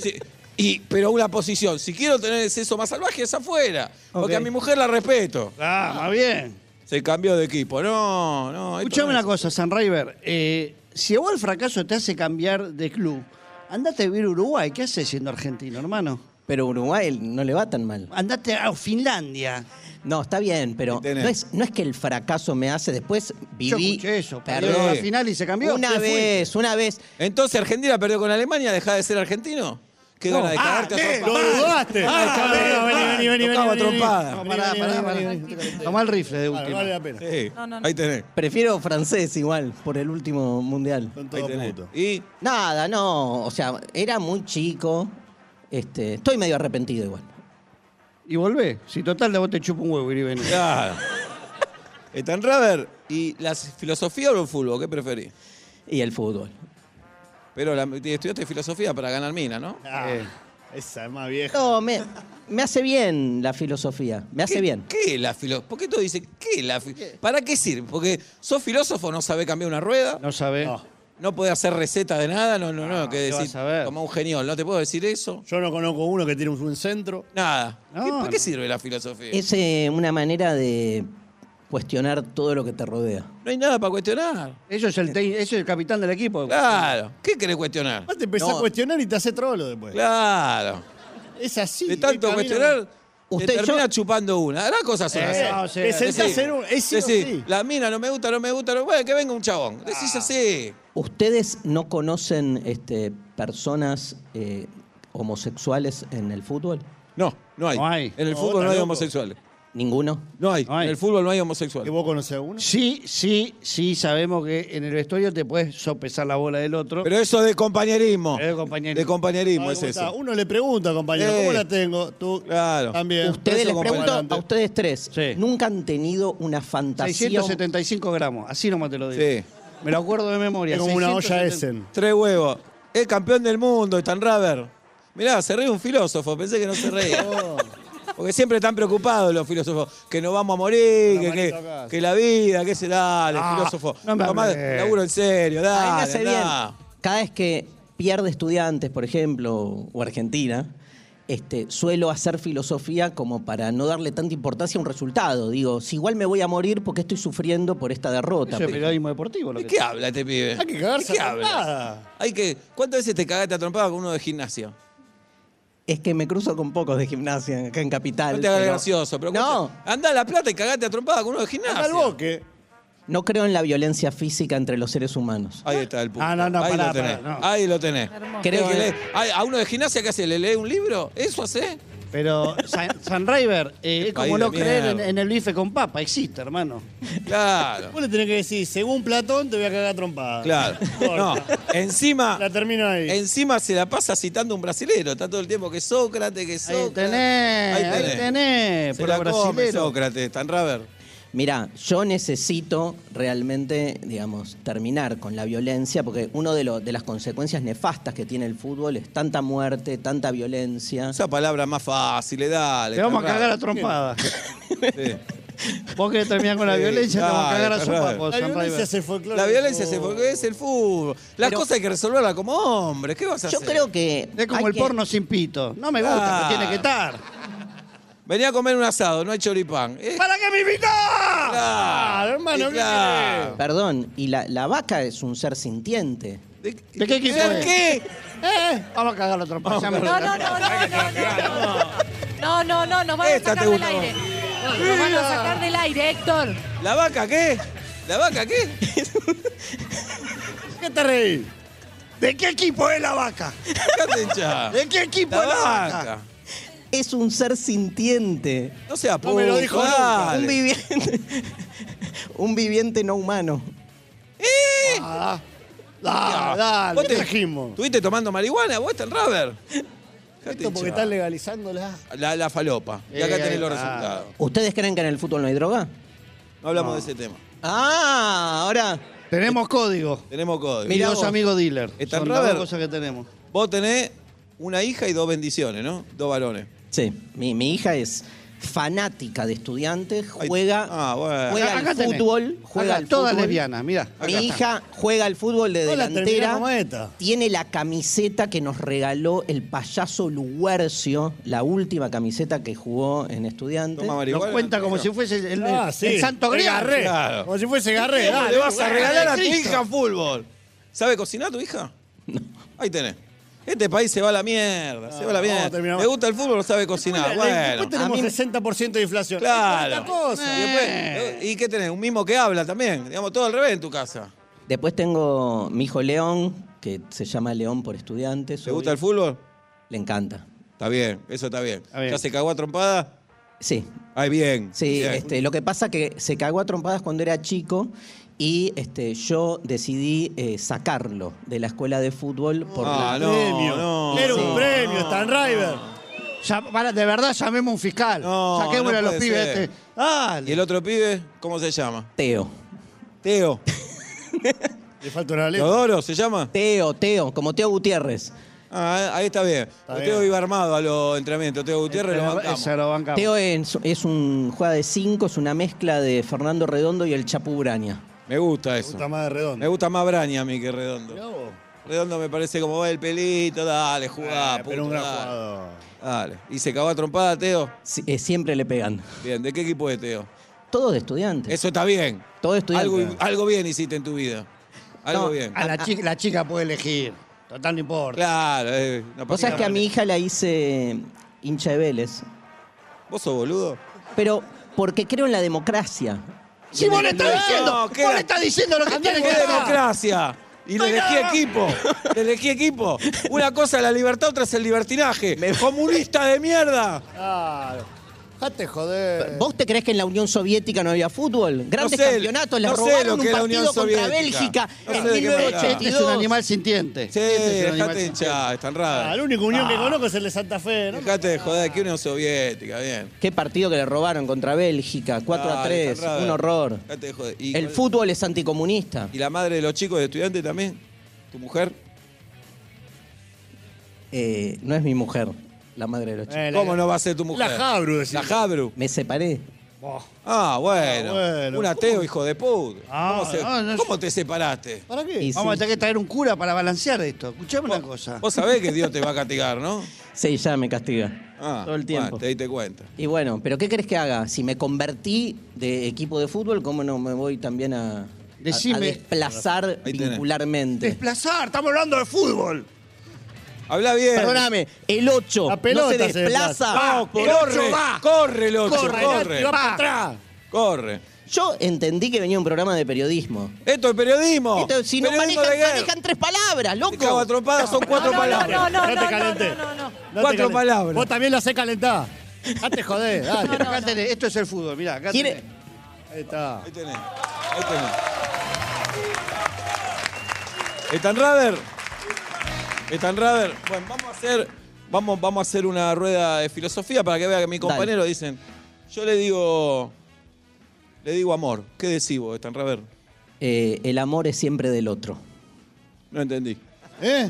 Speaker 3: Sí, Y, pero una posición. Si quiero tener el sexo más salvaje, es afuera. Porque a
Speaker 9: Ok.
Speaker 3: mi mujer la respeto.
Speaker 4: Ah, más bien.
Speaker 3: Se cambió de equipo. No, no. esto
Speaker 4: Escuchame
Speaker 3: no
Speaker 4: una
Speaker 3: es-
Speaker 4: cosa, San River. Eh, si a vos el fracaso te hace cambiar de club, andate a vivir a Uruguay. ¿Qué haces siendo argentino, hermano?
Speaker 9: Pero Uruguay no le va tan mal.
Speaker 4: Andate a Finlandia.
Speaker 9: No, está bien, pero
Speaker 3: tenés?
Speaker 9: no es, no es que el fracaso me hace. Después
Speaker 4: Yo
Speaker 9: viví.
Speaker 4: escuché eso. Perdió
Speaker 9: Perdón.
Speaker 4: la final y se cambió.
Speaker 9: Una
Speaker 4: ¿Qué fue?
Speaker 9: vez, una vez.
Speaker 3: Entonces Argentina perdió con Alemania, dejá de ser argentino. Qué gana
Speaker 4: Ah,
Speaker 3: de cagarte a
Speaker 5: Lo
Speaker 3: trompada.
Speaker 5: dudaste. Ah, vení, vení, vení,
Speaker 3: Tocaba
Speaker 5: vení, vení.
Speaker 3: trompada.
Speaker 4: No, pará, pará, pará. Tomá el rifle de
Speaker 5: Vale,
Speaker 4: última.
Speaker 5: vale la pena.
Speaker 3: Sí,
Speaker 11: No, no, no.
Speaker 3: ahí tenés.
Speaker 9: Prefiero francés igual, por el último mundial.
Speaker 5: Son
Speaker 3: Ahí
Speaker 5: todos
Speaker 3: tenés.
Speaker 5: putos.
Speaker 3: Y
Speaker 9: Nada, no. O sea, era muy chico. Este, estoy medio arrepentido igual.
Speaker 4: Y volvé. Si total, de vos te chupa un huevo, Iribeni.
Speaker 3: Claro. Ethan Raver, ¿y la filosofía o el fútbol? ¿Qué preferís?
Speaker 9: Y el fútbol.
Speaker 3: Pero la- estudiaste filosofía para ganar mina, ¿no?
Speaker 5: Ah, esa es más vieja.
Speaker 9: No, me, me hace bien la filosofía. Me hace
Speaker 3: ¿Qué-
Speaker 9: bien.
Speaker 3: ¿Qué es la filosofía? ¿Por qué todo dice qué es la filosofía? ¿Para qué sirve? Porque sos filósofo, no sabés cambiar una rueda, no,
Speaker 4: No sabés.
Speaker 3: podés hacer receta de nada, no, no, no, que
Speaker 4: Ah, ¿qué vas
Speaker 3: decir,
Speaker 4: a saber?
Speaker 3: como un genial, no te puedo decir eso,
Speaker 5: Yo no conozco uno que tiene un centro.
Speaker 3: nada.
Speaker 4: No,
Speaker 3: ¿Qué- ¿Para qué
Speaker 4: no.
Speaker 3: sirve la filosofía?
Speaker 9: Es eh, una manera de cuestionar todo lo que te rodea.
Speaker 3: No hay nada para cuestionar.
Speaker 4: Eso es el, te- eso es el capitán del equipo.
Speaker 3: Claro. ¿Qué querés cuestionar?
Speaker 5: Además te empezás
Speaker 9: No.
Speaker 5: a cuestionar y te hace trolo después.
Speaker 3: Claro.
Speaker 5: Es así.
Speaker 3: De tanto
Speaker 5: el camino-
Speaker 3: cuestionar,
Speaker 9: Usted,
Speaker 3: te
Speaker 9: yo-
Speaker 3: termina chupando una. Las cosas son
Speaker 4: Eh,
Speaker 3: así.
Speaker 4: no,
Speaker 5: Eh,
Speaker 4: sí,
Speaker 5: te
Speaker 4: sí.
Speaker 5: sentás
Speaker 3: Decí,
Speaker 5: en un... Es sí o
Speaker 3: decí,
Speaker 5: sí. Ah.
Speaker 3: La mina no me gusta, no me gusta, no- bueno, que venga un chabón. Decís así.
Speaker 9: ¿Ustedes no conocen este, personas eh, homosexuales en el fútbol?
Speaker 3: No, no hay.
Speaker 4: No hay.
Speaker 3: En el
Speaker 5: No,
Speaker 3: fútbol
Speaker 5: está
Speaker 3: no hay
Speaker 5: loco.
Speaker 3: homosexuales.
Speaker 9: ¿Ninguno?
Speaker 3: No hay.
Speaker 4: No hay.
Speaker 3: En el fútbol no hay
Speaker 5: ¿Que
Speaker 3: homosexuales.
Speaker 5: vos conocés a uno?
Speaker 4: Sí, sí, sí, sabemos que en el vestuario te puedes sopesar la bola del otro.
Speaker 3: Pero eso de compañerismo.
Speaker 4: Es de compañerismo.
Speaker 3: De compañerismo
Speaker 5: Ay,
Speaker 3: es
Speaker 5: ¿cómo está?
Speaker 3: eso.
Speaker 5: Uno le pregunta, compañero,
Speaker 3: Eh.
Speaker 5: ¿cómo la tengo? Tú
Speaker 3: Claro.
Speaker 5: también.
Speaker 9: Ustedes
Speaker 5: Eso
Speaker 9: les
Speaker 5: como
Speaker 9: pregunto
Speaker 5: adelante.
Speaker 9: a ustedes tres.
Speaker 4: Sí.
Speaker 9: ¿Nunca han tenido una fantasía?
Speaker 4: 675 gramos, así nomás te lo digo.
Speaker 3: Sí.
Speaker 4: Me lo acuerdo de memoria.
Speaker 5: Es como una olla
Speaker 4: 670.
Speaker 5: Essen.
Speaker 3: Tres huevos. Es campeón del mundo, Stan Raver. Mirá, se ríe un filósofo. Pensé que no se reía. Porque siempre están preocupados los filósofos. Que nos vamos a morir, que, que- que la vida, que se da, los filósofos.
Speaker 4: no me
Speaker 3: Tomá
Speaker 4: hables.
Speaker 3: laburo en serio,
Speaker 9: A mí me
Speaker 3: dale,
Speaker 9: hace
Speaker 3: andá.
Speaker 9: bien. Cada vez que pierde estudiantes, por ejemplo, o Argentina, este, suelo hacer filosofía como para no darle tanta importancia a un resultado. Digo, si igual me voy a morir porque estoy sufriendo por esta derrota.
Speaker 4: Eso es periodismo deportivo. Lo
Speaker 3: ¿De
Speaker 4: que
Speaker 3: qué habla este pibe?
Speaker 5: Hay que cagarse
Speaker 3: ¿De qué
Speaker 5: a
Speaker 3: habla?
Speaker 5: trompada.
Speaker 3: Hay que... ¿Cuántas veces te cagaste a trompada con uno de gimnasia?
Speaker 9: Es que me cruzo con pocos de gimnasia acá en Capital.
Speaker 3: No te hagas
Speaker 9: pero-
Speaker 3: gracioso, pero
Speaker 9: No,
Speaker 3: Anda a la plata y cagate a trompada con uno de
Speaker 5: Anda
Speaker 3: gimnasia.
Speaker 5: al boque.
Speaker 9: no creo en la violencia física entre los seres humanos.
Speaker 3: Ahí está el punto.
Speaker 4: Ah, no, no,
Speaker 3: Ahí
Speaker 4: pará,
Speaker 3: lo tenés.
Speaker 4: pará, no.
Speaker 3: Ahí lo tenés.
Speaker 11: Hermoso.
Speaker 3: Tenés
Speaker 9: Creo
Speaker 3: que
Speaker 9: que-
Speaker 3: leer. Ay, A uno de gimnasia, ¿qué hace? ¿Le lee un libro? ¿Eso hace?
Speaker 4: Pero San, River eh, es
Speaker 3: país de
Speaker 4: como no creer en,
Speaker 3: mierda.
Speaker 4: en el bife con papa. Existe, hermano.
Speaker 3: Claro,
Speaker 5: Vos le tenés que decir, según Platón, te voy a cagar a trompada.
Speaker 3: claro.
Speaker 5: Corta.
Speaker 3: No, encima,
Speaker 5: La termino ahí.
Speaker 3: encima se la pasa citando un brasilero. Está todo el tiempo que Sócrates, que
Speaker 4: Ahí
Speaker 3: Sócrates.
Speaker 4: tenés, ahí tenés.
Speaker 3: Se
Speaker 4: por
Speaker 3: la come
Speaker 4: brasilero.
Speaker 3: Sócrates, tan raver.
Speaker 9: Mirá, yo necesito realmente, digamos, terminar con la violencia, porque una de, lo- de las consecuencias nefastas que tiene el fútbol es tanta muerte, tanta violencia.
Speaker 3: Esa palabra más fácil, le dale.
Speaker 4: Te vamos a
Speaker 3: tan
Speaker 4: cagar a
Speaker 3: raver.
Speaker 4: trompada.
Speaker 3: Sí.
Speaker 4: Vos querés terminar con la
Speaker 3: Sí,
Speaker 4: violencia, te vamos a
Speaker 3: dale,
Speaker 4: cagar a
Speaker 3: San River.
Speaker 4: sopa por
Speaker 5: la
Speaker 4: San
Speaker 5: violencia
Speaker 4: River.
Speaker 5: es el folclore.
Speaker 3: La violencia
Speaker 5: Oh.
Speaker 3: se porque es el fútbol. Las
Speaker 9: Pero-
Speaker 3: cosas hay que resolverlas como hombres. ¿Qué vas a
Speaker 9: Yo
Speaker 3: hacer?
Speaker 9: creo que.
Speaker 4: Es como
Speaker 9: hay
Speaker 4: el
Speaker 9: que-
Speaker 4: porno sin pito. No me gusta,
Speaker 3: Ah.
Speaker 4: pero tiene que estar.
Speaker 3: Venía a comer un asado, no hay choripán. Eh,
Speaker 4: ¿Para qué me invitás?
Speaker 3: claro,
Speaker 5: hermano,
Speaker 3: sí,
Speaker 5: ¿qué
Speaker 3: claro.
Speaker 9: Perdón, y la, la vaca es un ser sintiente.
Speaker 3: ¿De,
Speaker 4: ¿De qué equipo
Speaker 3: ¿De
Speaker 4: es?
Speaker 3: qué?
Speaker 4: Eh, vamos a cagar la trompada. ya me lo
Speaker 11: No,
Speaker 4: cagué.
Speaker 11: no, no, no, no, no. No, no, no, nos van a
Speaker 3: Esta te
Speaker 11: sacar del
Speaker 3: gustó.
Speaker 11: aire. Nos van a sacar del aire, Héctor.
Speaker 3: ¿La vaca qué? ¿La vaca qué?
Speaker 5: ¿Qué te reí?
Speaker 4: ¿De qué equipo es la vaca?
Speaker 3: Acá te hinchás.
Speaker 4: ¿De qué equipo
Speaker 3: La
Speaker 4: es la vaca?
Speaker 3: vaca.
Speaker 9: Es un ser sintiente.
Speaker 3: No sea puto,
Speaker 5: me lo dijo nunca.
Speaker 3: dale.
Speaker 9: Un viviente. un viviente no humano.
Speaker 5: Ah, dale, dale.
Speaker 3: Ah. Vos
Speaker 5: ¿Qué
Speaker 3: te-
Speaker 5: trajimos?
Speaker 3: ¿Estuviste tomando marihuana? ¿Vos estás en rubber?
Speaker 5: Esto porque están legalizándola.
Speaker 3: La, la falopa. Y acá
Speaker 4: Eh,
Speaker 3: tenés los
Speaker 4: ahí está.
Speaker 3: resultados.
Speaker 9: ¿Ustedes creen que en el fútbol no hay droga?
Speaker 3: No hablamos de ese tema.
Speaker 9: Ah, ahora.
Speaker 4: Tenemos código.
Speaker 3: Tenemos código.
Speaker 4: Y
Speaker 9: Mirá
Speaker 4: dos
Speaker 9: vos.
Speaker 4: amigos dealer.
Speaker 3: Está
Speaker 4: Son
Speaker 3: en
Speaker 4: las dos
Speaker 3: Robert.
Speaker 4: cosas que tenemos.
Speaker 3: Vos tenés una hija y dos bendiciones, ¿no? Dos varones.
Speaker 9: Sí, mi, mi hija es fanática de estudiantes,
Speaker 3: Ay,
Speaker 9: juega,
Speaker 3: ah, bueno.
Speaker 9: juega
Speaker 4: Acá
Speaker 9: al
Speaker 4: tenés.
Speaker 9: fútbol, juega
Speaker 4: Acá,
Speaker 9: al
Speaker 4: todas
Speaker 9: fútbol.
Speaker 4: lesbianas, mirá.
Speaker 9: Mi
Speaker 4: Acá está.
Speaker 9: hija juega al fútbol de
Speaker 5: No la terminás
Speaker 9: delantera.
Speaker 5: como esta.
Speaker 9: Tiene la camiseta que nos regaló el payaso Luguercio, la última camiseta que jugó en Estudiantes.
Speaker 3: Toma marihuana.
Speaker 4: Lo cuenta como si fuese el, el-
Speaker 5: Ah, sí.
Speaker 4: el Santo
Speaker 5: El
Speaker 4: Grial.
Speaker 5: Garré.
Speaker 3: Claro.
Speaker 5: Como si fuese Garré.
Speaker 3: ¿Cómo
Speaker 5: dale.
Speaker 3: le vas a regalar a tu
Speaker 4: Cristo.
Speaker 3: hija fútbol? ¿Sabe cocinar tu hija? Ahí tenés. Este país se va a la mierda, se va a la
Speaker 5: No,
Speaker 3: mierda.
Speaker 5: terminamos.
Speaker 3: Le gusta el fútbol, no sabe cocinar. Bueno,
Speaker 5: Después tenemos
Speaker 9: a mí-
Speaker 5: 60% de inflación.
Speaker 3: claro.
Speaker 5: Otra cosa.
Speaker 3: Y, después- ¿y qué tenés? Un mimo que habla también. Digamos, todo al revés en tu casa.
Speaker 9: Después tengo mi hijo León, que se llama León por Estudiantes.
Speaker 3: ¿Te gusta
Speaker 9: obvio.
Speaker 3: el fútbol?
Speaker 9: Le encanta.
Speaker 3: Está bien, eso está bien.
Speaker 4: bien.
Speaker 3: Ya se cagó a trompada.
Speaker 9: Sí,
Speaker 3: Ay, bien.
Speaker 9: Sí,
Speaker 3: bien.
Speaker 9: este, lo que pasa que se cagó a trompadas cuando era chico y este, yo decidí eh, sacarlo de la escuela de fútbol por
Speaker 3: Ah,
Speaker 9: la-
Speaker 3: no,
Speaker 5: Premio.
Speaker 3: no.
Speaker 5: Era un premio, Stan River.
Speaker 4: Ya, para, de verdad, llamemos a un fiscal.
Speaker 3: No,
Speaker 4: Saquémosle
Speaker 3: no
Speaker 4: a los
Speaker 3: puede
Speaker 4: pibes
Speaker 3: ser.
Speaker 4: este. Ah,
Speaker 3: ¿Y el otro pibe? ¿Cómo se llama?
Speaker 9: Teo.
Speaker 3: Teo.
Speaker 5: Le falta una letra.
Speaker 3: ¿Teodoro se llama?
Speaker 9: Teo, Teo, como Teo Gutiérrez.
Speaker 3: Ah, ahí está bien. Porque
Speaker 5: bien.
Speaker 3: Teo iba armado a los entrenamientos. Teo Gutiérrez lo bancamos.
Speaker 4: Ese lo bancamos.
Speaker 9: Teo es, es un juega de cinco, es una mezcla de Fernando Redondo y el Chapu Braña.
Speaker 3: Me gusta
Speaker 5: Me
Speaker 3: eso.
Speaker 5: gusta más de
Speaker 3: Me
Speaker 5: redondo.
Speaker 3: gusta más Braña a mí que Redondo.
Speaker 5: Mirá vos.
Speaker 3: Redondo me parece como va el pelito, dale, jugá,
Speaker 5: Eh, pero un
Speaker 3: puto,
Speaker 5: gran
Speaker 3: dale.
Speaker 5: jugador.
Speaker 3: Dale. ¿Y se cagó a trompada, Teo?
Speaker 9: Si- eh, siempre le pegan.
Speaker 3: Bien, ¿de qué equipo es Teo?
Speaker 9: Todos de estudiantes.
Speaker 3: Eso está bien.
Speaker 9: Todo estudiante.
Speaker 3: Algo, algo bien hiciste en tu vida. Algo
Speaker 9: No,
Speaker 3: bien.
Speaker 4: A la, chica, la chica puede elegir. Total, no importa.
Speaker 3: Claro, eh, no pasa
Speaker 9: Vos sabés que a
Speaker 3: nada.
Speaker 9: mi hija la hice hincha de Vélez.
Speaker 3: ¿Vos sos boludo?
Speaker 9: Pero porque creo en la democracia.
Speaker 4: Si vos le estás
Speaker 3: No,
Speaker 4: diciendo,
Speaker 3: ¿qué
Speaker 4: vos
Speaker 3: era?
Speaker 4: le estás diciendo lo que tiene que
Speaker 3: ¡Qué
Speaker 4: hacer.
Speaker 3: democracia! Y le elegí equipo. Le elegí equipo. Una cosa es la libertad, otra es el libertinaje. ¡Comunista de mierda!
Speaker 5: Claro. Dejate joder.
Speaker 9: ¿Vos te crees que en la Unión Soviética no había fútbol? Grandes
Speaker 3: sé,
Speaker 9: campeonatos, les
Speaker 3: no sé
Speaker 9: robaron
Speaker 3: lo
Speaker 9: un
Speaker 3: que era
Speaker 9: partido
Speaker 3: Unión
Speaker 9: contra
Speaker 3: Soviética.
Speaker 9: Bélgica
Speaker 3: No
Speaker 9: en
Speaker 3: sé de qué me hablas.
Speaker 4: Este es un
Speaker 9: 1982.
Speaker 4: animal sintiente.
Speaker 3: Sí,
Speaker 4: Este es un animal
Speaker 3: dejate de
Speaker 4: sintiente.
Speaker 3: hinchar, está
Speaker 5: Ah,
Speaker 3: raro.
Speaker 5: la única unión que conozco es el de Santa Fe, ¿no?
Speaker 3: Dejate de joder, que Unión Soviética, bien.
Speaker 9: Qué partido que le robaron contra Bélgica, 4 a
Speaker 3: Dale,
Speaker 9: 3,
Speaker 3: Ferrada.
Speaker 9: un horror.
Speaker 3: Dejate de joder. ¿Y,
Speaker 9: El
Speaker 3: cuál-
Speaker 9: fútbol es anticomunista.
Speaker 3: ¿Y la madre de los chicos de estudiantes también? ¿Tu mujer?
Speaker 9: Eh, no es mi mujer, la madre de los chicos.
Speaker 5: Eh, la-
Speaker 3: ¿Cómo no va a ser tu mujer?
Speaker 5: La Jabru, decís.
Speaker 3: La Jabru.
Speaker 9: Me separé.
Speaker 3: Ah, bueno.
Speaker 5: Ah, bueno.
Speaker 3: Un ateo, hijo de puta.
Speaker 5: Ah,
Speaker 3: ¿Cómo, se-
Speaker 4: no, no,
Speaker 3: cómo te separaste?
Speaker 5: ¿Para qué?
Speaker 9: Y
Speaker 4: Vamos a
Speaker 9: sí,
Speaker 4: tener que traer un cura para balancear esto. Escuchame una cosa.
Speaker 3: Vos sabés que Dios te va a castigar, ¿no?
Speaker 9: sí, ya me castiga.
Speaker 3: Ah,
Speaker 9: Todo el
Speaker 3: bueno,
Speaker 9: tiempo.
Speaker 3: te diste cuenta.
Speaker 9: Y bueno, ¿pero qué crees que haga? Si me convertí de equipo de fútbol, ¿cómo no me voy también a, a-
Speaker 4: Decime.
Speaker 9: a desplazar
Speaker 3: Ahí tenés.
Speaker 9: vincularmente?
Speaker 4: Desplazar, estamos hablando de fútbol.
Speaker 3: Habla bien.
Speaker 9: Perdóname, el 8
Speaker 5: La
Speaker 9: no
Speaker 5: pelota
Speaker 9: se
Speaker 5: se
Speaker 9: desplaza.
Speaker 5: desplaza.
Speaker 9: Ah,
Speaker 3: Vamos,
Speaker 4: el
Speaker 3: corre,
Speaker 4: ocho va.
Speaker 3: corre el ocho,
Speaker 4: Corre,
Speaker 3: corre.
Speaker 4: y va para atrás.
Speaker 3: Corre.
Speaker 9: Yo entendí que venía un programa de periodismo.
Speaker 3: Esto es periodismo.
Speaker 9: Esto, si no
Speaker 3: Periodismo
Speaker 9: manejan,
Speaker 3: de guerra.
Speaker 9: manejan tres palabras,
Speaker 3: Te cago a
Speaker 9: loco.
Speaker 3: trompadas, son cuatro
Speaker 11: no,
Speaker 3: palabras.
Speaker 11: No, no, no,
Speaker 5: te
Speaker 11: no,
Speaker 5: calenté.
Speaker 11: no, no, no.
Speaker 5: te
Speaker 3: Cuatro
Speaker 5: calenté.
Speaker 3: palabras.
Speaker 5: Vos también lo hacés calentar. Dejate joder, dale.
Speaker 11: No, no,
Speaker 4: Acá
Speaker 11: no.
Speaker 4: tenés, esto es el fútbol, mirá, acá
Speaker 9: ¿Quiere-
Speaker 4: tenés.
Speaker 5: Ahí está.
Speaker 3: Ahí tenés. Ahí tenés. Están Rader. Están Rader. Bueno, vamos a hacer. Vamos, vamos a hacer una rueda de filosofía para que vea que mi
Speaker 9: Dale.
Speaker 3: compañero dicen. Yo le digo. Le digo amor. ¿Qué decís vos, Stan Rader?
Speaker 9: Eh, el amor es siempre del otro.
Speaker 3: No entendí.
Speaker 5: ¿Eh?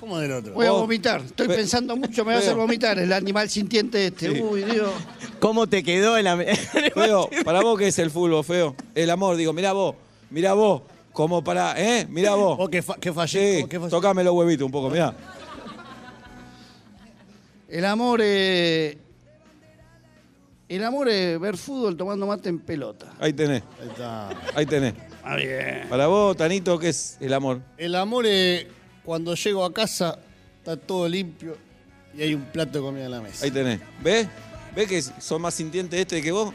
Speaker 5: ¿Cómo del otro?
Speaker 4: Voy a
Speaker 3: Vos-
Speaker 4: vomitar, estoy
Speaker 3: Pe-
Speaker 4: pensando mucho, me va a hacer
Speaker 3: Feo.
Speaker 4: vomitar el animal sintiente este.
Speaker 3: Sí.
Speaker 4: Uy, Dios.
Speaker 9: ¿Cómo te quedó el amor?
Speaker 3: Feo, para vos qué es el fútbol, feo. El amor, digo, mirá vos, mirá vos. Como para, ¿eh? Mirá vos.
Speaker 5: ¿O que, Oh, fa que fallé?
Speaker 3: Sí,
Speaker 5: ¿O que fallé?
Speaker 3: tocame los huevitos un poco, mirá.
Speaker 4: El amor es. El amor es ver fútbol tomando mate en pelota.
Speaker 3: Ahí tenés,
Speaker 5: Ahí está.
Speaker 3: ahí tenés.
Speaker 4: Ah, bien.
Speaker 3: Para vos, Tanito, ¿qué es el amor?
Speaker 5: El amor es cuando llego a casa, está todo limpio y hay un plato de comida en la mesa.
Speaker 3: Ahí tenés. ¿Ves? ¿Ves que son más sintientes este que vos?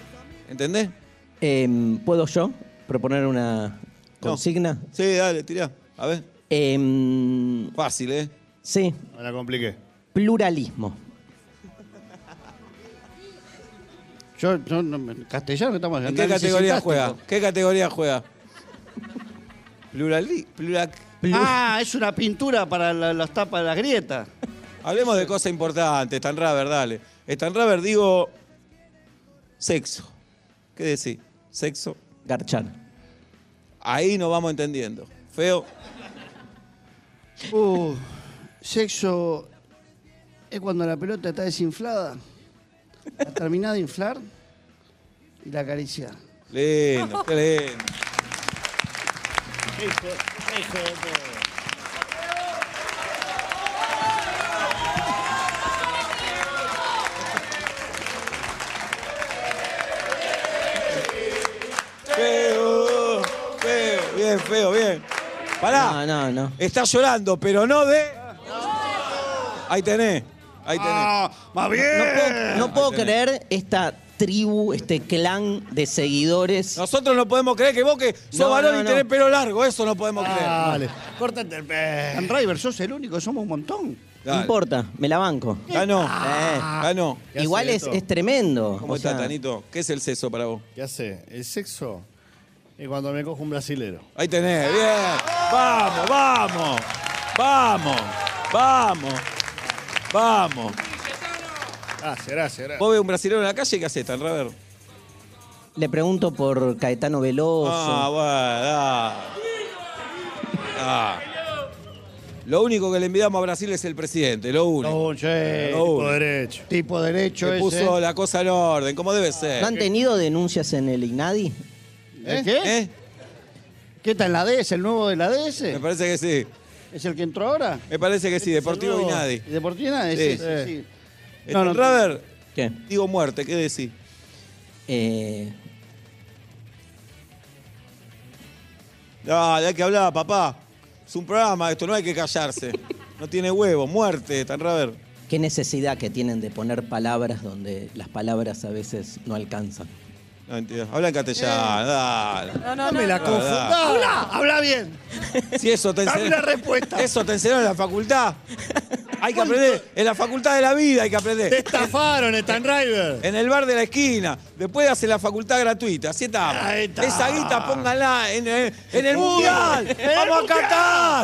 Speaker 3: ¿Entendés?
Speaker 9: Em, ¿Puedo yo proponer una
Speaker 3: No.
Speaker 9: consigna?
Speaker 3: Sí, dale, tirá. A ver.
Speaker 9: Em,
Speaker 3: Fácil, ¿eh?
Speaker 9: sí,
Speaker 5: Me la compliqué.
Speaker 9: pluralismo.
Speaker 4: Yo, yo no- en castellano estamos
Speaker 3: ¿En
Speaker 4: hablando
Speaker 3: qué
Speaker 4: de análisis
Speaker 3: categoría
Speaker 4: sintáctico.
Speaker 3: juega? ¿Qué categoría juega? Pluralí, plural.
Speaker 4: Ah, es una pintura para la- las tapas de las grietas.
Speaker 3: Hablemos de cosas importantes, Stan Raver, dale. Stan Raver, digo. Sexo. ¿Qué decís? Sexo.
Speaker 9: Garchar.
Speaker 3: Ahí nos vamos entendiendo. Feo.
Speaker 4: Uh, sexo es cuando la pelota está desinflada. La terminás de inflar y la acaricia.
Speaker 3: Lindo, qué lindo. Feo, feo, bien, feo, bien. Pará,
Speaker 9: No, no, no.
Speaker 3: está llorando, pero no de. Ahí tenés, ahí tenés.
Speaker 4: más bien.
Speaker 9: No puedo, no puedo
Speaker 3: Ahí tenés.
Speaker 9: creer esta tribu, este clan de seguidores.
Speaker 3: Nosotros no podemos creer que vos que sos
Speaker 9: No,
Speaker 3: varón
Speaker 9: no,
Speaker 3: y
Speaker 9: no.
Speaker 3: tenés pelo largo, eso no podemos creer.
Speaker 5: Dale, córtate el pez.
Speaker 4: En River sos el único, somos un montón.
Speaker 9: No
Speaker 3: Dale.
Speaker 9: importa, me la banco.
Speaker 3: Ganó.
Speaker 9: Eh.
Speaker 3: Ganó.
Speaker 5: ¿Qué hace
Speaker 9: Igual es,
Speaker 5: esto?
Speaker 9: es tremendo.
Speaker 3: ¿Cómo
Speaker 9: o
Speaker 3: está,
Speaker 9: sea,
Speaker 3: Tanito? ¿Qué es el seso para vos?
Speaker 5: ¿Qué hace? El sexo es cuando me cojo un brasilero.
Speaker 3: Ahí tenés, bien. Vamos, vamos, vamos, vamos, vamos.
Speaker 5: Gracias, gracias, gracias.
Speaker 3: Vos ves un brasileño en la calle, ¿qué haces, tan raver?
Speaker 9: Le pregunto por Caetano Veloso.
Speaker 3: Ah, bueno, da. Da. Ah. Lo único que le enviamos a Brasil es el presidente, lo único.
Speaker 5: No, che,
Speaker 3: No,
Speaker 5: tipo
Speaker 3: uno.
Speaker 5: derecho.
Speaker 4: Tipo derecho
Speaker 3: Que
Speaker 4: ese. ¿Eh?
Speaker 3: puso la cosa en orden, como debe
Speaker 9: ¿No
Speaker 3: ser.
Speaker 9: han tenido denuncias en el INADI?
Speaker 4: ¿Eh? ¿Qué?
Speaker 3: ¿Eh?
Speaker 4: ¿Qué está en la DS? ¿El nuevo de la DS?
Speaker 3: Me parece que sí.
Speaker 4: ¿Es el que entró ahora?
Speaker 3: Me parece que sí,
Speaker 4: Este
Speaker 3: Deportivo y nadie.
Speaker 4: ¿Deportivo y nadie?
Speaker 3: Sí.
Speaker 4: Sí, sí, sí.
Speaker 3: No,
Speaker 4: No, no,
Speaker 3: Raver,
Speaker 9: ¿Qué?
Speaker 3: digo muerte, ¿qué decís?
Speaker 9: Eh,
Speaker 3: Dale, hay que hablar, papá. Es un programa, esto no hay que callarse. No tiene huevo, muerte, tan Raver.
Speaker 9: ¿Qué necesidad que tienen de poner palabras donde las palabras a veces no alcanzan?
Speaker 3: No, mentira. Habla en castellano, dale.
Speaker 11: No, no,
Speaker 5: No me la
Speaker 3: no.
Speaker 5: confundás.
Speaker 4: ¡Habla! ¡Habla bien!
Speaker 3: Si eso te
Speaker 4: Dame
Speaker 3: enseñaron-
Speaker 4: una respuesta.
Speaker 3: Eso te enseñaron en la facultad. Hay que aprender. En la facultad de la vida hay que
Speaker 5: Te
Speaker 3: aprender.
Speaker 5: estafaron, Stan River.
Speaker 3: En el bar de la esquina. Después hace la facultad gratuita. Así estamos.
Speaker 5: Ahí está.
Speaker 3: Esa guita pónganla en, en- en el
Speaker 5: Uy,
Speaker 3: mundial.
Speaker 5: en el
Speaker 3: Vamos
Speaker 5: Mundial.
Speaker 3: a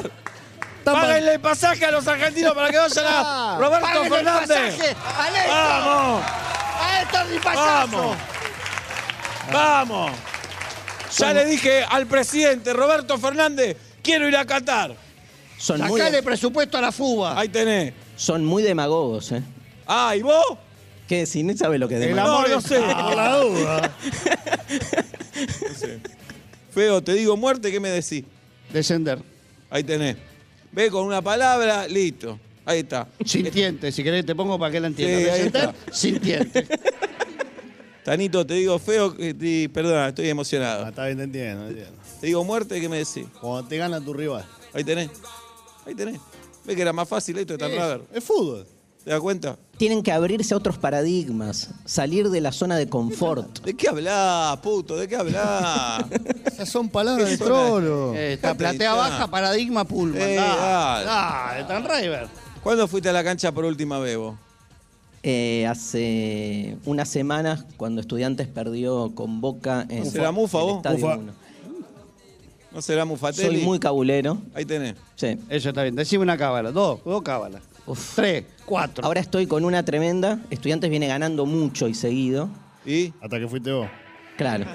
Speaker 3: Qatar.
Speaker 5: Toma.
Speaker 3: Páganle el pasaje a los argentinos para que vayan a Roberto
Speaker 4: Páguenle Ah, el
Speaker 3: Fernández.
Speaker 4: pasaje a Néstor.
Speaker 3: Vamos,
Speaker 4: ¡A esto ni payaso!
Speaker 3: vamos. Vamos. Ya le dije al presidente Roberto Fernández, quiero ir a Qatar.
Speaker 9: Son muy,
Speaker 4: Sacale presupuesto a la fuba.
Speaker 3: Ahí tenés.
Speaker 9: son muy demagogos, ¿eh?
Speaker 3: Ah, ¿y vos?
Speaker 9: ¿Qué? Si no sabe lo que es
Speaker 5: El
Speaker 9: demagogo.
Speaker 5: amor
Speaker 3: no
Speaker 5: es-
Speaker 3: sé.
Speaker 5: Por la duda.
Speaker 3: Feo, te digo muerte, ¿qué me decís?
Speaker 4: Descender.
Speaker 3: Ahí tenés. Ve con una palabra, listo. Ahí está.
Speaker 4: Sintiente, si querés te pongo para que la
Speaker 3: Sí,
Speaker 4: entiendas.
Speaker 3: ahí
Speaker 4: Descender, sintiente.
Speaker 3: Tanito, te digo feo, que te- perdona, estoy emocionado.
Speaker 5: Ah, está bien, te entiendo, te entiendo.
Speaker 3: Te digo muerte, ¿qué me decís?
Speaker 5: Cuando te gana tu rival.
Speaker 3: Ahí tenés. Ahí tenés. Ve que era más fácil esto de tan raro.
Speaker 5: Es fútbol.
Speaker 3: ¿Te das cuenta?
Speaker 9: Tienen que abrirse a otros paradigmas, salir de la zona de confort.
Speaker 3: ¿De qué hablás, puto? ¿De qué hablás?
Speaker 5: Esas son palabras
Speaker 3: ¿Qué
Speaker 5: de
Speaker 3: son? Oh.
Speaker 5: trolo.
Speaker 4: Eh, Está platea baja, paradigma pulma.
Speaker 3: Eh, dale.
Speaker 4: de Tan River.
Speaker 3: ¿Cuándo fuiste a la cancha por última vez vos?
Speaker 9: Eh, hace unas semanas, cuando Estudiantes perdió con Boca en
Speaker 3: ¿Será Mufa
Speaker 9: el
Speaker 3: vos?
Speaker 9: Estadio
Speaker 5: Mufa.
Speaker 9: Uno.
Speaker 3: ¿No será Mufatelli?
Speaker 9: Soy muy cabulero.
Speaker 3: Ahí tenés.
Speaker 9: Sí.
Speaker 4: Eso está bien. Decime una cábala. Dos, dos cábalas.
Speaker 9: Uf.
Speaker 4: Tres, cuatro.
Speaker 9: Ahora estoy con una tremenda. Estudiantes viene ganando mucho y seguido.
Speaker 3: ¿Y?
Speaker 5: Hasta que fuiste vos.
Speaker 9: Claro.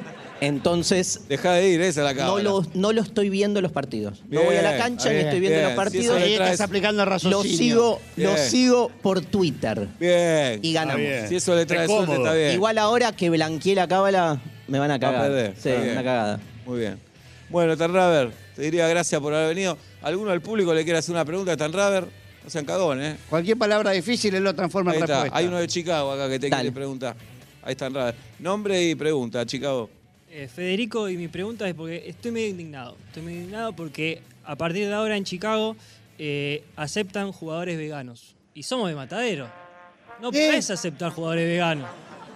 Speaker 9: Entonces,
Speaker 3: Dejá de ir, esa es la cara.
Speaker 9: no lo, no lo estoy viendo los partidos. no voy a la
Speaker 3: Bien,
Speaker 9: cancha ni
Speaker 4: bien,
Speaker 9: estoy viendo
Speaker 3: bien.
Speaker 9: los
Speaker 3: Sí, eso
Speaker 9: partidos.
Speaker 4: Ahí
Speaker 3: traes-
Speaker 4: estás aplicando el
Speaker 9: lo
Speaker 4: raciocinio.
Speaker 9: sigo, lo
Speaker 3: Bien.
Speaker 9: sigo por Twitter
Speaker 3: Bien.
Speaker 9: y ganamos.
Speaker 5: Está bien.
Speaker 3: Si eso le trae
Speaker 5: Está
Speaker 3: suerte,
Speaker 5: cómodo.
Speaker 3: está bien.
Speaker 9: Igual ahora que blanqueé la cábala, me van
Speaker 3: Va
Speaker 9: a
Speaker 3: a
Speaker 9: cagar.
Speaker 3: perder.
Speaker 9: Sí,
Speaker 3: Está bien.
Speaker 9: una cagada.
Speaker 3: Muy bien. Bueno, Tanraver, te diría gracias por haber venido. ¿Alguno del público le quiere hacer una pregunta a Tanraver? No sean cagones, ¿eh?
Speaker 4: Cualquier palabra difícil él lo transforma
Speaker 3: Ahí
Speaker 4: en
Speaker 3: está.
Speaker 4: respuesta.
Speaker 3: Hay uno de Chicago acá que te
Speaker 9: Dale.
Speaker 3: quiere preguntar. Ahí está Tanraver. Nombre y pregunta, Chicago.
Speaker 10: Eh, Federico, y mi pregunta es porque estoy medio indignado. Estoy medio indignado porque a partir de ahora en Chicago eh, aceptan jugadores veganos. Y somos de matadero. No
Speaker 4: ¿Eh?
Speaker 10: podés aceptar jugadores veganos.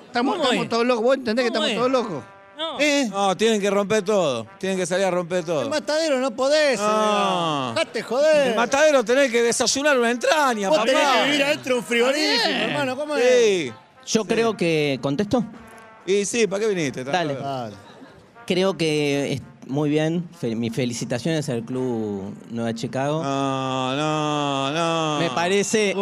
Speaker 4: Estamos,
Speaker 10: ¿Cómo
Speaker 4: estamos
Speaker 10: es?
Speaker 4: todos locos. ¿Vos entendés que
Speaker 10: ¿Cómo
Speaker 4: estamos
Speaker 10: es?
Speaker 4: todos locos?
Speaker 10: No.
Speaker 5: ¿Eh?
Speaker 3: No, tienen que romper todo. Tienen que salir a romper todo.
Speaker 5: El matadero no podés.
Speaker 3: No.
Speaker 5: eh. Dejate
Speaker 3: El
Speaker 5: joder.
Speaker 3: matadero tenés que desayunar una entraña,
Speaker 5: Vos
Speaker 3: papá.
Speaker 5: tenés que vivir eh. adentro de un frigorífico, hermano. ¿Cómo es?
Speaker 3: Sí.
Speaker 9: Yo creo que. ¿Contesto?
Speaker 3: Y sí, ¿para qué viniste? Tan
Speaker 9: Dale.
Speaker 3: Raver?
Speaker 5: Dale.
Speaker 9: Creo que es muy bien. Fe- mis felicitaciones al club Nueva Chicago.
Speaker 3: Ah, No, no, no.
Speaker 9: Me parece.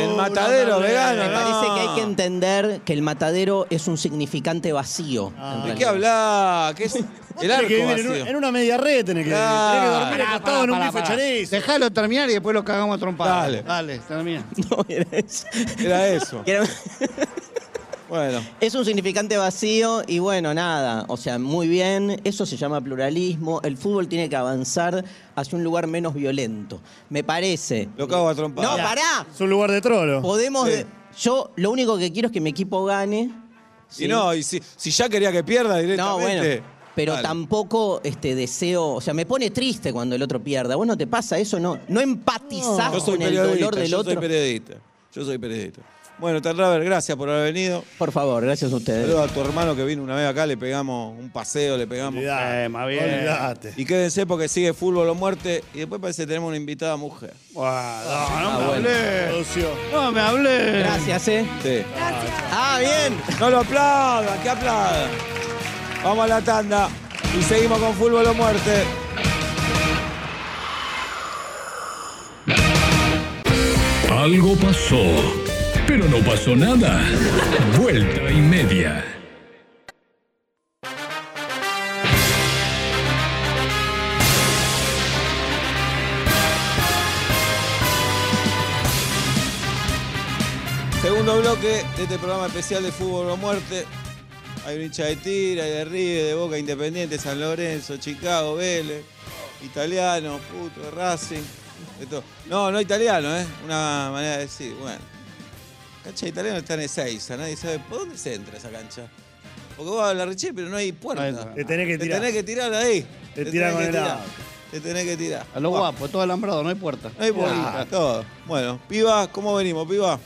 Speaker 3: El matadero
Speaker 5: no, no,
Speaker 3: vegano.
Speaker 9: Me parece
Speaker 3: no.
Speaker 9: que hay que entender que el matadero es un significante vacío. en
Speaker 3: ¿De
Speaker 9: realidad.
Speaker 3: qué hablar? ¿Qué es
Speaker 5: Vos
Speaker 3: el
Speaker 5: tenés
Speaker 3: arco
Speaker 5: que vivir en,
Speaker 3: vacío?
Speaker 5: un- en una media red tenés que vivir.
Speaker 3: Claro.
Speaker 5: Tenés que dormir
Speaker 4: Ah, Pará,
Speaker 5: acostado en un
Speaker 4: pará,
Speaker 5: bife
Speaker 4: pará.
Speaker 5: chorizo.
Speaker 4: Dejalo terminar y después lo cagamos a trompadas.
Speaker 3: Dale.
Speaker 4: Dale, termina.
Speaker 9: No, era eso.
Speaker 3: Era eso.
Speaker 9: Era-
Speaker 3: Bueno,
Speaker 9: Es un significante vacío y bueno, nada, o sea, muy bien, eso se llama pluralismo, el fútbol tiene que avanzar hacia un lugar menos violento, me parece.
Speaker 3: lo cago a
Speaker 9: No,
Speaker 3: trompar.
Speaker 9: pará,
Speaker 5: Es un lugar de trolo.
Speaker 9: podemos...
Speaker 3: Sí.
Speaker 9: de- Yo lo único que quiero es que mi equipo gane.
Speaker 3: y
Speaker 9: ¿sí?
Speaker 3: no, y si, si ya quería que pierda
Speaker 9: No,
Speaker 3: directamente.
Speaker 9: bueno, pero
Speaker 3: Dale.
Speaker 9: tampoco este deseo, o sea, me pone triste cuando el otro pierda. ¿Vos no te pasa eso? No, no empatizás
Speaker 3: Yo soy
Speaker 9: con el dolor
Speaker 3: periodista,
Speaker 9: del
Speaker 3: yo soy
Speaker 9: otro.
Speaker 3: periodista. Yo soy periodista. Bueno, Terraver, gracias por haber venido.
Speaker 9: Por favor, gracias a ustedes.
Speaker 3: Saludos a tu hermano que vino una vez acá, le pegamos un paseo, le pegamos.
Speaker 12: Eh, más bien.
Speaker 5: Olvídate.
Speaker 3: Y quédense porque sigue fútbol o muerte. Y después parece que tenemos una invitada mujer.
Speaker 12: Buah, no,
Speaker 9: Ah,
Speaker 12: no me
Speaker 9: bueno.
Speaker 12: hablé. No me hablé.
Speaker 9: Gracias, ¿eh?
Speaker 3: Sí.
Speaker 9: Ah, bien.
Speaker 3: No lo aplaudan, que aplaudan. Vamos a la tanda y seguimos con fútbol o muerte.
Speaker 13: Algo pasó, pero no pasó nada. Vuelta y media.
Speaker 3: Segundo bloque de este programa especial de fútbol o muerte. Hay un hincha de Tira, de River, de Boca Independiente, San Lorenzo, Chicago, Vélez, italiano, puto, Racing. de todo. No, no italiano, ¿eh? Una manera de decir, bueno. Cancha de italiano está en Ezeiza, nadie sabe por dónde se entra esa cancha. Porque vos hablas Richie, pero no hay
Speaker 5: Ahí
Speaker 3: puerta.
Speaker 5: está.
Speaker 12: Te tenés que
Speaker 3: Te
Speaker 12: tirar.
Speaker 3: tenés que tirar ahí.
Speaker 12: Te tirás
Speaker 3: tenés
Speaker 12: con
Speaker 3: que
Speaker 12: el
Speaker 3: tirar.
Speaker 12: lado.
Speaker 3: Te tenés que tirar.
Speaker 5: A lo
Speaker 3: Buah,
Speaker 5: guapo, todo alambrado, no hay puerta.
Speaker 3: No hay puerta, todo. Bueno, piba, ¿cómo venimos, piba?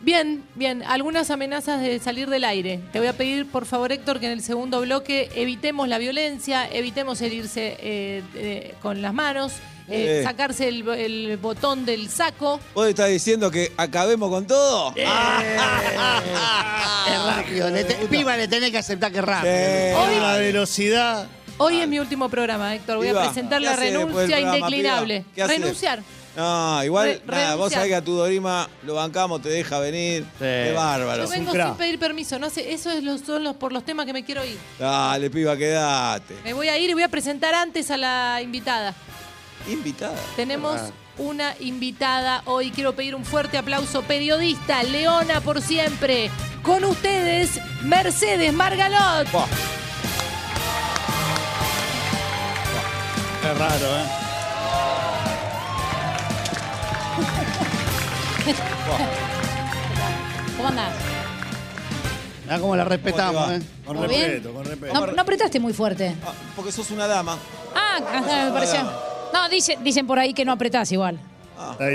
Speaker 11: Bien, bien. Algunas amenazas de salir del aire. Te voy a pedir, por favor, Héctor, que en el segundo bloque evitemos la violencia, evitemos herirse eh, eh, con las manos, eh,
Speaker 3: Eh.
Speaker 11: sacarse el, el botón del saco.
Speaker 3: ¿Vos estás diciendo que acabemos con todo?
Speaker 4: Es rápido. Le te- piba, le tenés que aceptar que es rápido.
Speaker 3: Eh,
Speaker 5: Con la velocidad.
Speaker 11: Hoy es mi último programa, Héctor. Voy
Speaker 3: Piba,
Speaker 11: a presentar
Speaker 3: ¿qué
Speaker 11: la
Speaker 3: haces después
Speaker 11: renuncia
Speaker 3: del programa,
Speaker 11: indeclinable.
Speaker 3: piba? ¿Qué haces?
Speaker 11: Renunciar.
Speaker 3: No, igual,
Speaker 11: Re-
Speaker 3: nada, vos
Speaker 11: renunciar.
Speaker 3: sabés que a tu Dorima lo bancamos, te deja venir. Qué bárbaro.
Speaker 11: Yo vengo
Speaker 5: un crack.
Speaker 11: sin pedir permiso. No sé, eso es los, son los, por los temas que me quiero ir.
Speaker 3: Dale, piba, quedate.
Speaker 11: Me voy a ir y voy a presentar antes a la invitada.
Speaker 3: Invitada.
Speaker 11: Tenemos una invitada hoy. Quiero pedir un fuerte aplauso. Periodista, Leona por siempre. Con ustedes, Mercedes Margalot.
Speaker 3: Buah,
Speaker 5: Es raro, ¿eh?
Speaker 2: ¿Cómo andás?
Speaker 5: Mirá cómo la respetamos,
Speaker 3: va?
Speaker 5: ¿eh?
Speaker 2: Con respeto,
Speaker 5: con respeto.
Speaker 2: No, no apretaste muy fuerte.
Speaker 3: ah, porque sos una dama.
Speaker 2: Ah, ah, me pareció. No, dice- dicen por ahí que no apretás igual.
Speaker 12: Ya
Speaker 11: No,
Speaker 12: te
Speaker 11: no,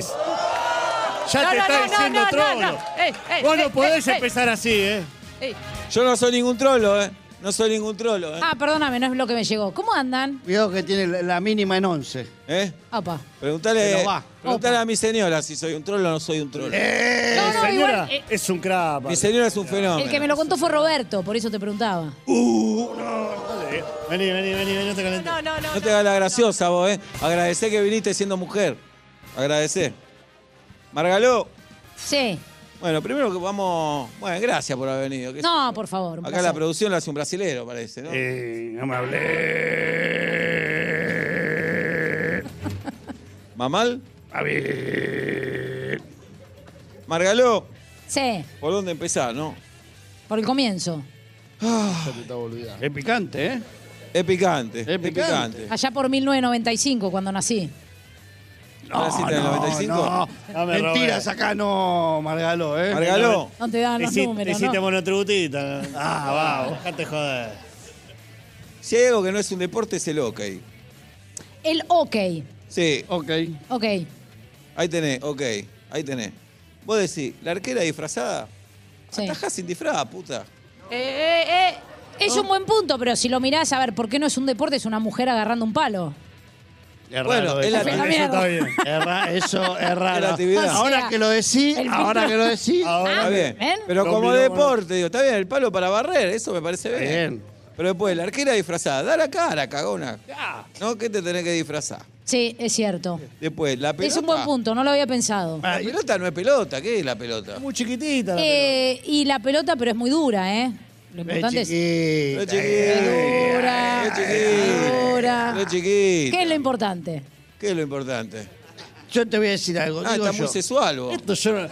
Speaker 12: está
Speaker 11: no, no,
Speaker 12: diciendo
Speaker 11: no, no,
Speaker 12: trolo.
Speaker 11: no. Eh, eh,
Speaker 12: Vos
Speaker 11: eh,
Speaker 12: no podés
Speaker 11: eh, eh.
Speaker 12: empezar así, ¿eh?
Speaker 11: Ey,
Speaker 3: Yo no soy ningún trolo, ¿eh? No soy ningún trolo, ¿eh?
Speaker 2: Ah, perdóname, no es lo que me llegó. ¿Cómo andan?
Speaker 4: Cuidado que tiene la- la mínima en 11.
Speaker 3: ¿Eh?
Speaker 2: Apa.
Speaker 3: Preguntale,
Speaker 5: Pero va.
Speaker 3: preguntale a mi señora si soy un trolo o no soy un trolo.
Speaker 2: No, no,
Speaker 12: Señora,
Speaker 2: igual. eh,
Speaker 12: es un crapa.
Speaker 3: Mi señora es un
Speaker 2: el
Speaker 3: fenómeno.
Speaker 2: que me lo contó fue Roberto, por eso te preguntaba.
Speaker 12: Vení, vení, vení, vení, no te calentes.
Speaker 11: No, no, no.
Speaker 3: No te hagas la graciosa vos, ¿eh? Agradecé que viniste siendo mujer. Agradecé. Margaló,
Speaker 2: Sí.
Speaker 3: bueno, primero que vamos. Bueno, gracias por haber venido. ¿Qué sé
Speaker 2: No,
Speaker 3: yo?
Speaker 2: por favor. un
Speaker 3: Acá la
Speaker 2: placer.
Speaker 3: producción la hace un brasilero, parece, ¿no?
Speaker 12: Eh, no me hablé.
Speaker 3: ¿Mamal?
Speaker 12: A ver.
Speaker 3: Margaló,
Speaker 2: Sí,
Speaker 3: ¿por dónde empezar, no?
Speaker 2: por el comienzo.
Speaker 12: Es picante, ¿eh?
Speaker 3: Es picante. Es
Speaker 5: picante.
Speaker 3: picante.
Speaker 2: Allá por 1995, cuando nací.
Speaker 3: ¿Una cita del 95?
Speaker 5: No,
Speaker 12: No me
Speaker 5: mentiras
Speaker 12: robé.
Speaker 5: acá no, Margalo, ¿eh?
Speaker 3: Margaló,
Speaker 2: No te dan los
Speaker 12: Hici-
Speaker 2: números,
Speaker 12: hiciste
Speaker 2: ¿no?
Speaker 12: monotributista. Ah, va, dejate joder.
Speaker 3: si hay algo que no es un deporte, es el hockey.
Speaker 2: El OK.
Speaker 3: Sí,
Speaker 5: Ok.
Speaker 2: OK.
Speaker 3: ahí tenés, ok, ahí tenés. Vos decís, la arquera disfrazada,
Speaker 2: Sí.
Speaker 3: atajá sin disfraz, puta.
Speaker 11: Eh, eh, eh.
Speaker 2: Es un buen punto, pero si lo mirás, a ver, ¿por qué no es un deporte? Es una mujer agarrando un palo.
Speaker 5: Es
Speaker 3: Bueno, es la-
Speaker 5: eso.
Speaker 2: la
Speaker 5: Eso
Speaker 2: mierda.
Speaker 5: está bien.
Speaker 12: Es ra-
Speaker 5: Eso es
Speaker 3: Es la
Speaker 5: raro.
Speaker 3: actividad.
Speaker 2: O sea,
Speaker 5: Ahora que lo decís,
Speaker 2: el
Speaker 5: ahora que lo decís.
Speaker 2: Ah,
Speaker 12: Ahora,
Speaker 3: Está bien.
Speaker 2: ¿ven?
Speaker 3: Pero
Speaker 12: Lo
Speaker 3: como
Speaker 12: miró,
Speaker 3: deporte, digo, está bien, el palo para barrer, eso me parece bien.
Speaker 5: Bien.
Speaker 3: Pero después, la arquera disfrazada, da la cara, cagona. ¿No? ¿Qué te tenés que disfrazar?
Speaker 2: Sí, es cierto.
Speaker 3: Después, la pelota.
Speaker 2: Es un buen punto, no lo había pensado.
Speaker 3: La pelota no es pelota, ¿qué es la pelota?
Speaker 12: muy chiquitita. la
Speaker 2: Eh, y la pelota, pero es muy dura, ¿eh? Lo importante es.
Speaker 4: eh,
Speaker 3: No es
Speaker 5: chiquita.
Speaker 3: chiquito.
Speaker 2: Dura.
Speaker 3: No es chiquito.
Speaker 2: Dura.
Speaker 3: No es
Speaker 2: ¿Qué es
Speaker 3: chiquito.
Speaker 2: lo importante?
Speaker 3: ¿Qué es lo importante?
Speaker 4: Yo te voy a decir algo.
Speaker 3: Ah,
Speaker 4: digo
Speaker 3: está
Speaker 4: yo.
Speaker 3: muy sexual vos.
Speaker 12: Esto yo no.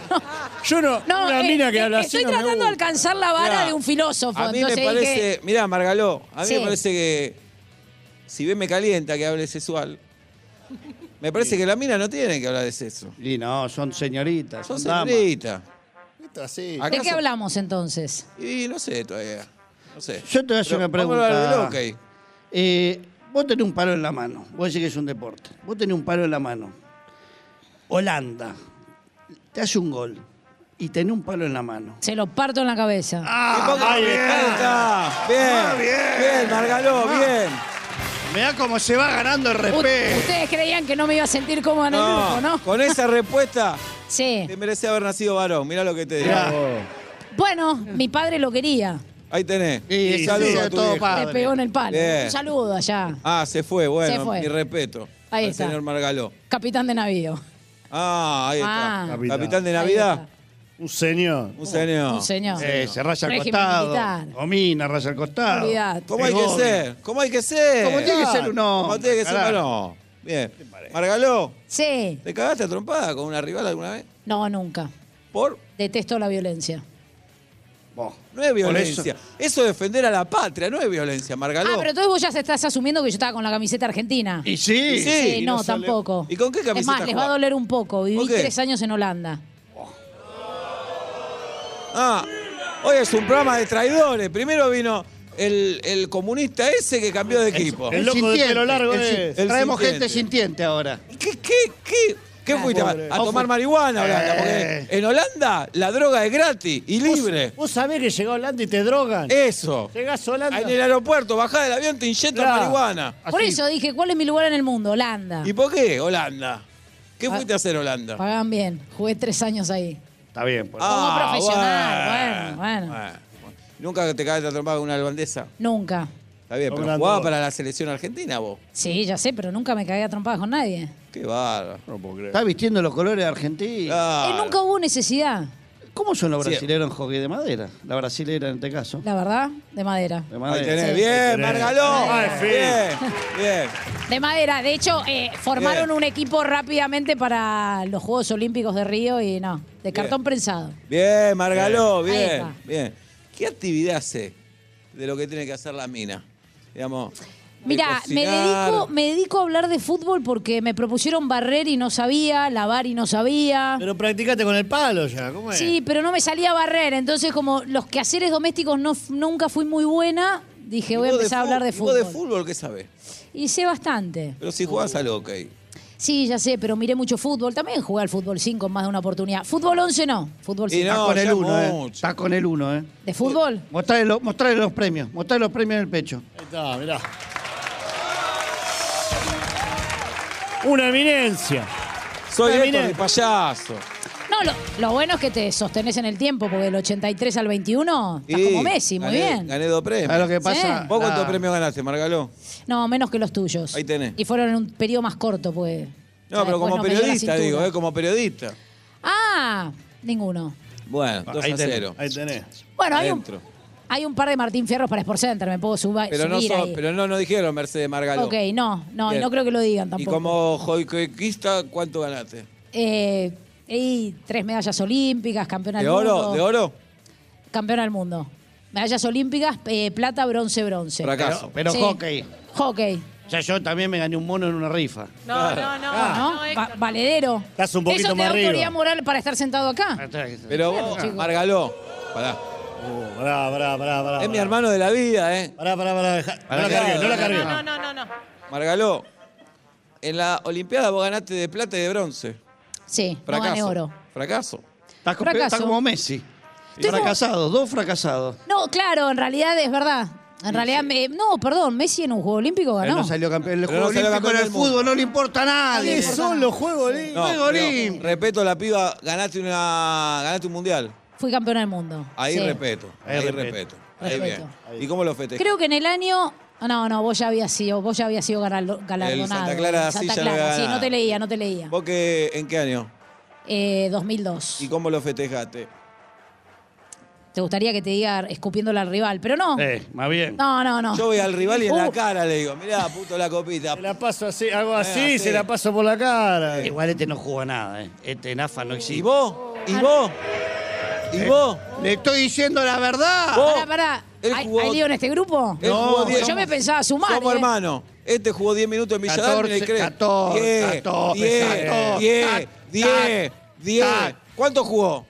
Speaker 12: Yo no. una
Speaker 2: eh,
Speaker 12: mina que
Speaker 2: eh,
Speaker 12: habla así.
Speaker 2: estoy
Speaker 12: no me
Speaker 2: tratando de
Speaker 12: gusta.
Speaker 2: alcanzar la vara
Speaker 3: Mirá,
Speaker 2: de un filósofo.
Speaker 3: A mí me
Speaker 2: entonces dije,
Speaker 3: parece. Mirá, Margaló, a mí
Speaker 2: Sí.
Speaker 3: me parece que. Si bien me calienta que hable sexual, me parece que la mina no tiene que hablar de sexo.
Speaker 5: Y no, son señoritas.
Speaker 3: Son
Speaker 5: Son damas.
Speaker 3: señorita.
Speaker 5: Esto así.
Speaker 2: ¿De
Speaker 3: ¿Acaso?
Speaker 2: qué hablamos entonces?
Speaker 3: Y no sé todavía. No sé.
Speaker 4: Yo te voy a hacer
Speaker 3: Pero
Speaker 4: una
Speaker 3: vamos a hablar
Speaker 4: pregunta.
Speaker 3: del hockey.
Speaker 4: Eh, vos tenés un palo en la mano. Vos decís que es un deporte. Vos tenés un palo en la mano. Holanda. Te hace un gol. y tenés un palo en la mano.
Speaker 2: Se lo parto en la cabeza.
Speaker 12: Ah,
Speaker 4: Ah, ahí
Speaker 3: está. Bien,
Speaker 4: Muy bien.
Speaker 3: bien, Margaló,
Speaker 4: Ah.
Speaker 3: bien.
Speaker 4: Mirá cómo se va ganando el
Speaker 2: U-
Speaker 4: respeto.
Speaker 2: Ustedes creían que no me iba a sentir cómoda en el grupo, ¿no?
Speaker 3: Con esa respuesta
Speaker 2: Sí.
Speaker 3: te merece haber nacido varón. Mirá lo que te digo.
Speaker 2: Bueno, mi padre lo quería.
Speaker 3: Ahí tenés.
Speaker 4: Y
Speaker 3: Un
Speaker 4: sí,
Speaker 3: saludo
Speaker 4: de
Speaker 3: a tu
Speaker 4: todo
Speaker 3: viejo.
Speaker 4: padre.
Speaker 2: Le pegó en el palo.
Speaker 3: Bien.
Speaker 2: Un saludo allá.
Speaker 3: Ah, se fue, bueno,
Speaker 2: Se fue.
Speaker 3: mi respeto.
Speaker 2: Ahí
Speaker 3: al
Speaker 2: está.
Speaker 3: señor Margaló.
Speaker 2: Capitán de navío.
Speaker 3: Ah, ahí está.
Speaker 2: Ah.
Speaker 3: Capitán.
Speaker 5: Capitán.
Speaker 3: de
Speaker 2: Ahí
Speaker 3: Navidad.
Speaker 5: Un señor.
Speaker 3: Un señor.
Speaker 2: Un señor.
Speaker 5: Eh, se raya al
Speaker 2: Régimen militar.
Speaker 5: costado. Domina, raya al costado.
Speaker 2: Olvidate.
Speaker 3: ¿Cómo hay que
Speaker 5: Pegó.
Speaker 3: ser? ¿Cómo hay que ser?
Speaker 4: Como tiene que ser un hombre,
Speaker 3: Como tiene que ser
Speaker 4: carajo.
Speaker 3: uno. Bien. Margaló,
Speaker 2: Sí.
Speaker 3: ¿te cagaste a trompada con una rival alguna vez?
Speaker 2: No, nunca.
Speaker 3: Por.
Speaker 2: Detesto la violencia.
Speaker 4: Vos.
Speaker 3: No es
Speaker 4: eso.
Speaker 3: violencia. Eso es defender a la patria, no es violencia, Margaló.
Speaker 2: Ah, pero entonces vos ya se estás asumiendo que yo estaba con la camiseta argentina.
Speaker 4: Y sí.
Speaker 3: Y sí.
Speaker 2: Sí,
Speaker 3: y
Speaker 2: no,
Speaker 3: nos sale-
Speaker 2: tampoco.
Speaker 3: ¿Y con qué
Speaker 2: es
Speaker 3: camiseta
Speaker 2: más, les va a
Speaker 3: jugás?
Speaker 2: doler un poco. Viví
Speaker 3: ¿Por qué?
Speaker 2: tres años en Holanda.
Speaker 3: Ah, hoy es un programa de traidores. Primero vino el, el comunista ese que cambió de equipo.
Speaker 5: El loco de
Speaker 4: sintiente,
Speaker 5: pelo largo
Speaker 4: el
Speaker 5: es.
Speaker 4: sin-
Speaker 3: El
Speaker 4: Traemos
Speaker 3: sintiente.
Speaker 4: gente sintiente ahora.
Speaker 3: ¿Qué, qué, qué? ¿Qué fuiste a,
Speaker 14: pobre.
Speaker 3: a tomar marihuana, Holanda?
Speaker 4: Ah, Eh.
Speaker 3: Porque en Holanda la droga es gratis y libre.
Speaker 14: Vos sabés que llegás a Holanda y te drogan.
Speaker 3: Eh. Eso.
Speaker 14: Llegás a Holanda.
Speaker 3: En el aeropuerto, bajás del avión, te inyectan
Speaker 14: Claro.
Speaker 3: marihuana.
Speaker 2: Por eso dije, ¿cuál es mi lugar en el mundo? Holanda.
Speaker 3: Ah, ¿Y por qué Holanda? ¿Qué
Speaker 2: Ah.
Speaker 3: fuiste a hacer Holanda?
Speaker 2: Pagaban bien. Jugué tres años ahí.
Speaker 4: Está bien, pues.
Speaker 3: Ah,
Speaker 2: profesional, bueno,
Speaker 3: Nunca te cagaste a trompar con una holandesa.
Speaker 2: Nunca.
Speaker 3: Está bien, pero
Speaker 5: Holanda.
Speaker 3: jugaba para la selección argentina vos.
Speaker 2: Sí, ya sé, pero nunca me cagué a trompadas con nadie.
Speaker 3: Qué bárbaro.
Speaker 5: No puedo creer.
Speaker 4: Está vistiendo los colores de Argentina.
Speaker 2: Eh,
Speaker 3: Claro.
Speaker 2: nunca hubo necesidad,
Speaker 4: ¿Cómo son los
Speaker 3: Ah. Sí.
Speaker 4: brasileros en hockey de madera? La brasilera en este caso.
Speaker 2: la verdad, de madera.
Speaker 4: De
Speaker 3: Ahí
Speaker 4: madera.
Speaker 3: tenés,
Speaker 2: Sí.
Speaker 3: bien,
Speaker 5: Ahí tenés.
Speaker 3: Margaló.
Speaker 5: Ay, fin.
Speaker 3: bien, bien.
Speaker 2: De madera. De hecho, eh, formaron
Speaker 3: Bien.
Speaker 2: un equipo rápidamente para los Juegos Olímpicos de Río y no, de
Speaker 3: Eh.
Speaker 2: cartón prensado.
Speaker 3: Bien, Margaló,
Speaker 2: Bien. Ahí
Speaker 3: bien,
Speaker 2: está.
Speaker 3: bien. ¿Qué actividad hace de lo que tiene que hacer la mina? Digamos. de
Speaker 2: Mira, me
Speaker 3: cocinar.
Speaker 2: dedico, me dedico a hablar de fútbol porque me propusieron barrer y no sabía, lavar y no sabía.
Speaker 14: Pero practicate con el palo ya, ¿cómo es?
Speaker 2: Sí, pero no me salía a barrer. Entonces, como los quehaceres domésticos no, f- nunca fui muy buena,
Speaker 3: ¿Y
Speaker 2: dije, voy a
Speaker 3: vos
Speaker 2: empezar a
Speaker 3: fu-
Speaker 2: hablar de
Speaker 3: y vos
Speaker 2: fútbol.
Speaker 3: de fútbol qué sabés?
Speaker 2: Y sé bastante.
Speaker 3: Pero si
Speaker 5: Uh.
Speaker 3: jugás al hockey.
Speaker 2: Sí, ya sé, pero miré mucho fútbol. También jugué al fútbol 5 en más de una oportunidad. Fútbol 11 no, fútbol
Speaker 3: Y
Speaker 2: 5.
Speaker 4: Está
Speaker 3: No,
Speaker 4: con el
Speaker 3: ya
Speaker 4: uno, eh.
Speaker 3: mucho.
Speaker 4: Está con el uno, eh.
Speaker 2: ¿De fútbol?
Speaker 4: Mostrarle, lo- mostrarle los premios. Mostrarle los premios en el pecho.
Speaker 14: Ahí está, mirá. Una eminencia.
Speaker 3: Soy
Speaker 14: Ah,
Speaker 3: eco
Speaker 14: mirá.
Speaker 3: de payaso.
Speaker 2: No, lo, lo bueno es que te sostenés en el tiempo, porque del 83 al 21 estás
Speaker 3: Y
Speaker 2: como Messi, muy
Speaker 3: gané-
Speaker 2: bien.
Speaker 3: Gané dos premios.
Speaker 4: ¿Sabes lo que pasa? Ah.
Speaker 3: ¿Vos cuántos
Speaker 4: La-
Speaker 3: premios ganaste, Margaló?
Speaker 2: No, menos que los tuyos.
Speaker 3: Ahí tenés.
Speaker 2: Y fueron en un periodo más corto, pues.
Speaker 3: No, pero como periodista, digo, eh, como periodista.
Speaker 2: Ah, ninguno.
Speaker 3: Bueno, 2
Speaker 5: ahí
Speaker 3: a
Speaker 5: tenés,
Speaker 3: 0.
Speaker 5: Ahí tenés.
Speaker 2: Bueno, hay un,
Speaker 3: Adentro.
Speaker 2: hay un par de Martín Fierros para Sports Center, me puedo suba-
Speaker 3: Pero no,
Speaker 2: subir
Speaker 3: so-
Speaker 2: ahí.
Speaker 3: pero no, no dijeron Mercedes Margaló.
Speaker 2: ok, no, no, y
Speaker 3: Bien.
Speaker 2: no creo que lo digan
Speaker 3: Y
Speaker 2: tampoco.
Speaker 3: como hockeyista, ¿cuánto ganaste?
Speaker 2: Eh, y tres medallas olímpicas, campeona
Speaker 3: ¿De
Speaker 2: del mundo.
Speaker 3: oro? ¿De oro?
Speaker 2: Campeona del mundo. Medallas olímpicas, eh, plata, bronce, bronce.
Speaker 3: Fracaso.
Speaker 4: Pero
Speaker 2: Sí.
Speaker 4: hockey.
Speaker 2: Hockey.
Speaker 4: Ya yo también me gané un mono en una rifa.
Speaker 11: No, no, no.
Speaker 2: ¿no?
Speaker 11: no,
Speaker 2: Va-
Speaker 11: Héctor.
Speaker 2: valedero.
Speaker 14: Ah. Estás un poquito
Speaker 2: Eso te
Speaker 14: más
Speaker 2: da
Speaker 14: arriba.
Speaker 2: autoridad moral para estar sentado acá.
Speaker 3: Pero vos,
Speaker 2: chicos.
Speaker 3: Margaló, pará.
Speaker 14: Oh, pará, pará, pará, pará.
Speaker 3: Es mi
Speaker 14: pará.
Speaker 3: hermano de la vida, ¿eh?
Speaker 14: Pará, pará, pará. deja- No la
Speaker 3: que-
Speaker 14: cargué, no la cargué.
Speaker 11: No, no, no, no.
Speaker 3: Margaló, en la Olimpiada vos ganaste de plata y de bronce.
Speaker 2: Sí,
Speaker 3: Fracaso.
Speaker 2: no gané oro.
Speaker 3: Fracaso.
Speaker 4: Está, co-
Speaker 2: Fracaso.
Speaker 4: está como Messi.
Speaker 2: Estoy como-
Speaker 4: Fracasado, dos fracasados.
Speaker 2: No, claro, en realidad es verdad. En realidad, me- no, perdón, Messi en un Juego Olímpico
Speaker 4: Él
Speaker 2: ganó.
Speaker 4: no salió campeón. El
Speaker 3: Pero
Speaker 4: juego
Speaker 3: no salió
Speaker 4: olímpico en
Speaker 3: campeón
Speaker 4: el
Speaker 3: del mundo.
Speaker 4: fútbol no le importa a nadie.
Speaker 14: ¿Qué son los juegos olímpicos?
Speaker 3: No,
Speaker 4: Juego
Speaker 3: pero,
Speaker 4: olímpico.
Speaker 3: respeto a la piba, ganaste una ganaste un mundial.
Speaker 2: Fui campeona del mundo.
Speaker 3: Ahí
Speaker 2: Sí.
Speaker 3: respeto, ahí,
Speaker 4: Ahí
Speaker 3: respeto.
Speaker 4: respeto.
Speaker 3: Ahí
Speaker 2: Respeto.
Speaker 3: bien. ¿Y cómo lo festejaste?
Speaker 2: Creo que en el año. ah, No, no, vos ya habías sido, vos ya habías sido galalo- galardonado.
Speaker 3: El Santa Clara sí
Speaker 2: Santa
Speaker 3: ya lo había
Speaker 2: Clara, sí,
Speaker 3: ganado.
Speaker 2: no te leía, no te leía.
Speaker 3: ¿Vos qué, en qué año?
Speaker 2: Eh, 2002.
Speaker 3: ¿Y cómo lo festejaste?
Speaker 2: Te gustaría que te diga escupiéndole al rival, pero no.
Speaker 4: Eh, más bien.
Speaker 2: No, no, no.
Speaker 3: Yo voy al rival y en la
Speaker 2: Uh.
Speaker 3: cara le digo, mirá, puto la copita.
Speaker 14: Se la paso así, hago así,
Speaker 3: así.
Speaker 14: se la paso por la cara.
Speaker 4: Igual este no juega nada, eh. Este en AFA no
Speaker 3: ¿Y
Speaker 4: existe.
Speaker 3: vos?
Speaker 2: Ah.
Speaker 3: ¿Y vos?
Speaker 4: Eh,
Speaker 3: ¿Y vos?
Speaker 4: Le estoy diciendo la verdad.
Speaker 3: Vos-
Speaker 2: Pará, pará.
Speaker 3: Él
Speaker 2: ¿Hay,
Speaker 3: jugó-
Speaker 2: hay lío en este grupo?
Speaker 3: Él jugó diez-
Speaker 2: yo me pensaba sumar.
Speaker 3: Somos
Speaker 2: ¿eh?
Speaker 3: hermano. Este jugó 10 minutos en Villadalma y le
Speaker 4: 14,
Speaker 3: cree.
Speaker 4: 14,
Speaker 3: 10,
Speaker 4: 14,
Speaker 3: 10,
Speaker 4: 14,
Speaker 3: 10,
Speaker 4: tac,
Speaker 3: 10,
Speaker 4: tac,
Speaker 3: 10.
Speaker 4: tac.
Speaker 3: ¿Cuánto jugó?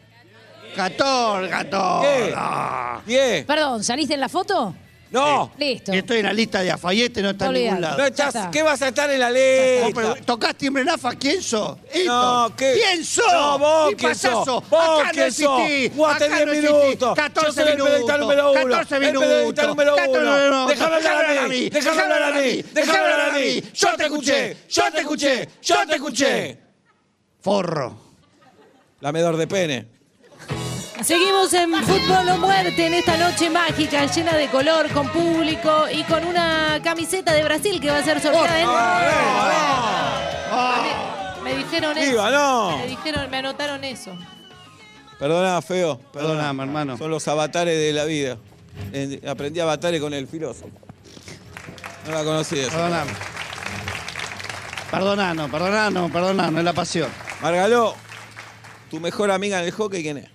Speaker 4: 14, 14.
Speaker 3: ¿Qué?
Speaker 4: Ah.
Speaker 3: 10.
Speaker 2: Perdón, ¿saliste en la foto?
Speaker 3: No.
Speaker 2: Listo.
Speaker 4: Y estoy en la lista de Afayete, no está en ningún lado.
Speaker 3: No estás- ¿Qué vas a estar en la lista?
Speaker 4: Tocaste ¿Tocás timbre en AFA? ¿Quién sos?
Speaker 3: No, ¿qué?
Speaker 4: ¿Quién sos?
Speaker 3: No, vos
Speaker 4: ¿Qué
Speaker 3: quién
Speaker 4: payaso?
Speaker 3: sos. Vos
Speaker 4: Acá no
Speaker 3: quién sos.
Speaker 4: existís.
Speaker 3: Jugaste
Speaker 4: Acá
Speaker 3: 10
Speaker 4: no existís.
Speaker 3: minutos.
Speaker 4: 14
Speaker 3: Yo soy el
Speaker 4: minutos.
Speaker 3: periodista número uno.
Speaker 4: 14
Speaker 3: El
Speaker 4: minutos.
Speaker 3: periodista número
Speaker 4: 14
Speaker 3: uno.
Speaker 4: minutos.
Speaker 3: Déjame hablar a mí. Déjame hablar a mí.
Speaker 4: Déjame hablar a
Speaker 3: mí. Yo te escuché. Yo te escuché. Yo te escuché.
Speaker 4: Forro.
Speaker 3: Lamedor de pene.
Speaker 11: Seguimos en Fútbol o Muerte en esta noche mágica, llena de color, con público y con una camiseta de Brasil que va a ser sorteada en- Me dijeron eso.
Speaker 3: Viva, no.
Speaker 11: Me dijeron, me anotaron eso.
Speaker 3: Perdona, feo. Perdona,
Speaker 4: Perdoname, hermano.
Speaker 3: Son los avatares de la vida. En- Aprendí avatares con el filósofo. No la conocí esa.
Speaker 4: Perdoname. Perdonano, perdonano, perdonano, es la pasión.
Speaker 3: Margaló, tu mejor amiga en el hockey, ¿quién es?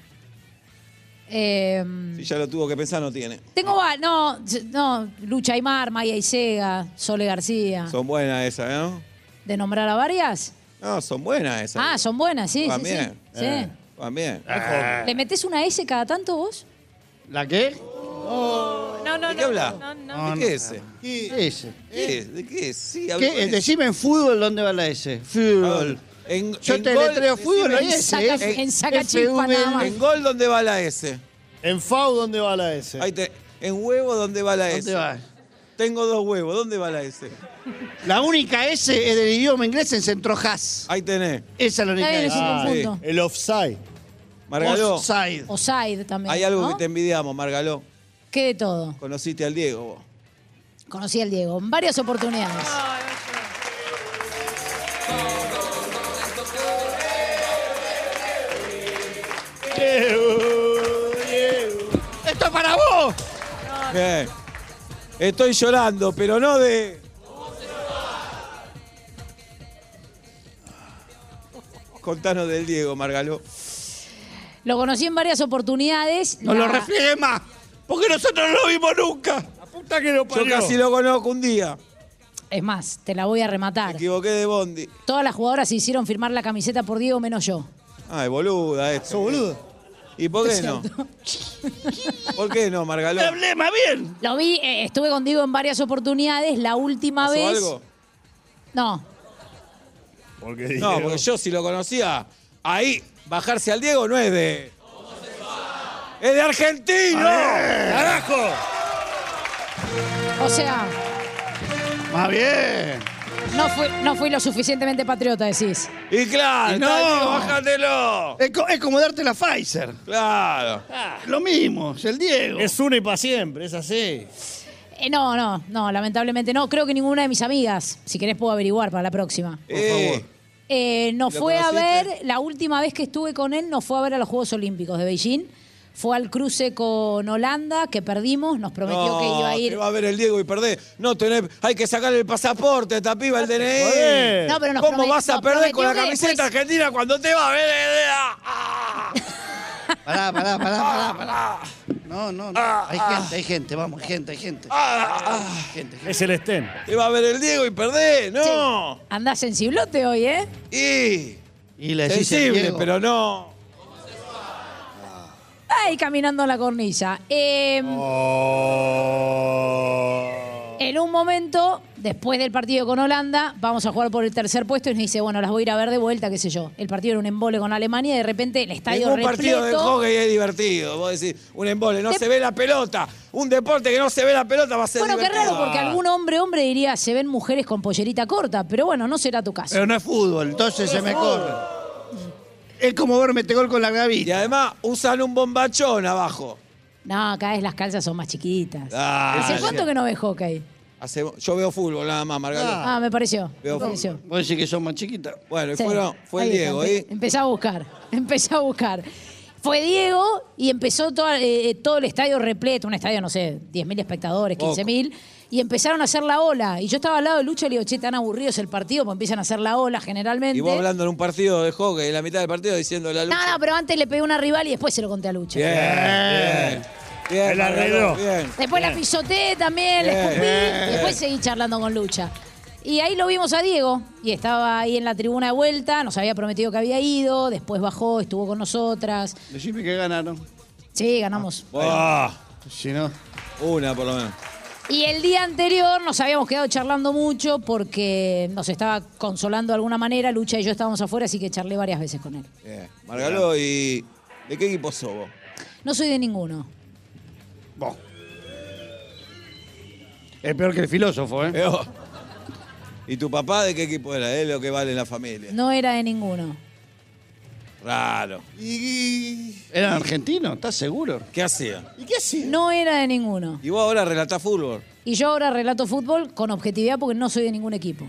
Speaker 2: Eh,
Speaker 3: Si ya lo tuvo que pensar, no tiene.
Speaker 2: tengo. va- No, s- no. Lucha Aymar, Maya Isega, Sole García.
Speaker 3: Son buenas esas, ¿no?
Speaker 2: ¿De nombrar a varias?
Speaker 3: No, son buenas esas.
Speaker 2: Ah, son buenas, sí, sí, sí.
Speaker 3: También.
Speaker 2: Sí.
Speaker 3: También. Eh.
Speaker 2: ¿Le metes una S cada tanto vos?
Speaker 4: ¿La qué?
Speaker 11: No, no,
Speaker 3: ¿De qué
Speaker 11: no,
Speaker 3: habla?
Speaker 11: no, no.
Speaker 4: No,
Speaker 3: ¿De
Speaker 4: no.
Speaker 3: qué es?
Speaker 4: ¿Qué es?
Speaker 3: ¿Qué es? ¿De qué es? Sí, habla con
Speaker 4: ¿Qué? Eh,
Speaker 3: él.
Speaker 4: Decime en fútbol dónde va la S. Fútbol.
Speaker 3: En,
Speaker 4: Yo
Speaker 3: en
Speaker 4: te
Speaker 3: gol,
Speaker 4: letreo fútbol,
Speaker 3: decime,
Speaker 4: ahí es, En saca-
Speaker 2: en saca chispa nada más.
Speaker 3: En gol, ¿dónde va la
Speaker 4: Eh.
Speaker 3: S?
Speaker 14: En FAU, ¿dónde va la S?
Speaker 3: Ahí te- en huevo, ¿dónde va la S?
Speaker 4: ¿Dónde va?
Speaker 3: Tengo dos huevos, ¿dónde va la S?
Speaker 4: La única S es del idioma inglés en Centrojas.
Speaker 3: Ahí tenés.
Speaker 4: Esa es la única
Speaker 2: Está bien,
Speaker 4: S.
Speaker 2: es un punto.
Speaker 14: Ah, El offside.
Speaker 3: Margaló,
Speaker 4: Offside.
Speaker 2: Osaid también.
Speaker 3: hay algo
Speaker 2: ¿no?
Speaker 3: que te envidiamos, Margaló.
Speaker 2: ¿Qué de todo?
Speaker 3: Conociste al Diego vos.
Speaker 2: Conocí al Diego en varias oportunidades.
Speaker 4: ¡Esto es para vos!
Speaker 3: Bien. Estoy llorando, pero no de... Contanos del Diego, Margaló.
Speaker 2: Lo conocí en varias oportunidades.
Speaker 4: ¡No
Speaker 2: La-
Speaker 4: lo refriegues más! Porque nosotros no lo vimos nunca.
Speaker 14: Puta que lo
Speaker 3: Yo
Speaker 14: parió.
Speaker 3: casi lo conozco un día.
Speaker 2: Es más, te la voy a
Speaker 3: Me
Speaker 2: rematar.
Speaker 3: equivoqué de Bondi.
Speaker 2: Todas las jugadoras se hicieron firmar la camiseta por Diego menos yo.
Speaker 3: Ay, boluda esto.
Speaker 14: ¿Sos boludo?
Speaker 3: ¿Y por qué no? ¿Por qué no, Margaló?
Speaker 4: ¡Problema, bien!
Speaker 2: Lo vi, eh, estuve con Diego en varias oportunidades. La última
Speaker 3: ¿Pasó
Speaker 2: vez.
Speaker 3: algo?
Speaker 2: No,
Speaker 14: Porque
Speaker 3: No, porque yo si lo conocía, ahí bajarse al Diego no es de. ¡Es de argentino!
Speaker 14: ¡Carajo!
Speaker 2: o sea,
Speaker 4: ¡Más bien!
Speaker 2: no fui, no fui lo suficientemente patriota, decís.
Speaker 3: Y claro,
Speaker 4: Y no.
Speaker 3: está el Diego, bájatelo.
Speaker 4: Es, co- es como darte la Pfizer.
Speaker 3: Claro.
Speaker 4: Lo mismo, es el Diego.
Speaker 14: Es una y para siempre, es así.
Speaker 2: Eh, no, no, no, lamentablemente no. Creo que ninguna de mis amigas. Si querés, puedo averiguar para la próxima.
Speaker 3: Eh,
Speaker 2: Eh, no
Speaker 3: ¿Lo
Speaker 2: fue a
Speaker 3: conociste?
Speaker 2: ver, la última vez que estuve con él, no fue a ver a los Juegos Olímpicos de Beijing. Fue al cruce con Holanda, que perdimos, nos prometió
Speaker 3: no,
Speaker 2: que iba a ir.
Speaker 3: te va a ver el Diego y perdés. No tenés, hay que sacar el pasaporte a esta piba, el DNI.
Speaker 14: Joder.
Speaker 2: No, pero nos
Speaker 3: ¿Cómo
Speaker 2: promet-
Speaker 3: vas a
Speaker 2: nos
Speaker 3: perder con la
Speaker 2: prometió que
Speaker 3: camiseta
Speaker 2: después-
Speaker 3: argentina cuando te va a ver? eh, eh, ah,
Speaker 4: Pará, pará, pará, pará, pará. No, no, no. Hay gente, hay gente, vamos, hay gente, hay gente.
Speaker 3: ah, ah.
Speaker 4: gente, gente.
Speaker 14: Es el estén.
Speaker 3: Te va a ver el Diego y perdés, no.
Speaker 2: Andás sensiblote hoy, ¿eh?
Speaker 3: Y.
Speaker 4: Y le decís el
Speaker 3: Sensible,
Speaker 4: Diego.
Speaker 3: pero no.
Speaker 2: Ay, caminando en la cornilla. Eh,
Speaker 3: Oh.
Speaker 2: En un momento, después del partido con Holanda, vamos a jugar por el tercer puesto y nos dice, bueno, las voy a ir a ver de vuelta, qué sé yo. El partido era un embole con Alemania y de repente el estadio
Speaker 3: Ningún
Speaker 2: repleto.
Speaker 3: partido de hockey es divertido. Vos decís, un embole, no
Speaker 2: Te-
Speaker 3: se ve la pelota. Un deporte que no se ve la pelota va a ser
Speaker 2: Bueno, qué
Speaker 3: divertido.
Speaker 2: raro, porque algún hombre, hombre diría, se ven mujeres con pollerita corta, pero bueno, no será tu caso.
Speaker 3: Eh.
Speaker 4: Pero no es fútbol, entonces se me corre. Es como ver metegol con la
Speaker 3: Y
Speaker 4: gavilla.
Speaker 3: además usan un bombachón abajo.
Speaker 2: No, cada vez las calzas son más chiquitas.
Speaker 3: Dale.
Speaker 2: ¿Hace cuánto que no ves hockey?
Speaker 3: Hace- yo veo fútbol nada más, Margalo.
Speaker 2: Ah, me pareció.
Speaker 3: Veo
Speaker 2: Me pareció.
Speaker 4: Vos decís que sos más chiquita.
Speaker 3: Bueno, y
Speaker 2: Sí.
Speaker 3: fueron- fue el
Speaker 2: Ahí está,
Speaker 3: Diego,
Speaker 2: empe-
Speaker 3: ¿eh?
Speaker 2: Empecé a buscar, empecé a buscar. Fue Diego y empezó toda, eh, todo el estadio repleto, un estadio, no sé, 10.000 espectadores,
Speaker 3: Poco.
Speaker 2: 15.000, y empezaron a hacer la ola. Y yo estaba al lado de Lucha y le digo, che, tan aburridos el partido, porque empiezan a hacer la ola generalmente.
Speaker 3: Y vos hablando en un partido de hockey, en la mitad del partido diciendo la lucha.
Speaker 2: No, no, pero antes le pegué una rival y después se lo conté a Lucha.
Speaker 3: Bien.
Speaker 14: Eh,
Speaker 3: Bien. Bien,
Speaker 14: El
Speaker 3: Margalo,
Speaker 14: arregló.
Speaker 3: Bien.
Speaker 2: Después la pisoteé también, la escupí, y después seguí charlando con Lucha. Y ahí lo vimos a Diego, y estaba ahí en la tribuna de vuelta, nos había prometido que había ido, después bajó, estuvo con nosotras.
Speaker 4: Decime que ganaron.
Speaker 2: Sí, ganamos.
Speaker 3: Buah,
Speaker 4: Si no.
Speaker 3: una por lo menos.
Speaker 2: Y el día anterior nos habíamos quedado charlando mucho porque nos estaba consolando de alguna manera. Lucha y yo estábamos afuera, así que charlé varias veces con él.
Speaker 3: Bien. Margaló, ¿y de qué equipo sos vos?
Speaker 2: No soy de ninguno.
Speaker 12: Es peor que el filósofo, ¿eh?
Speaker 3: ¿Y tu papá de qué equipo era? Es lo que vale en la familia.
Speaker 2: No era de ninguno.
Speaker 3: Raro.
Speaker 12: ¿Eran argentinos? ¿Estás seguro?
Speaker 3: ¿Qué hacía?
Speaker 2: ¿Y qué No era de ninguno.
Speaker 3: Y vos ahora relatás fútbol.
Speaker 2: Y yo ahora relato fútbol con objetividad porque no soy de ningún equipo.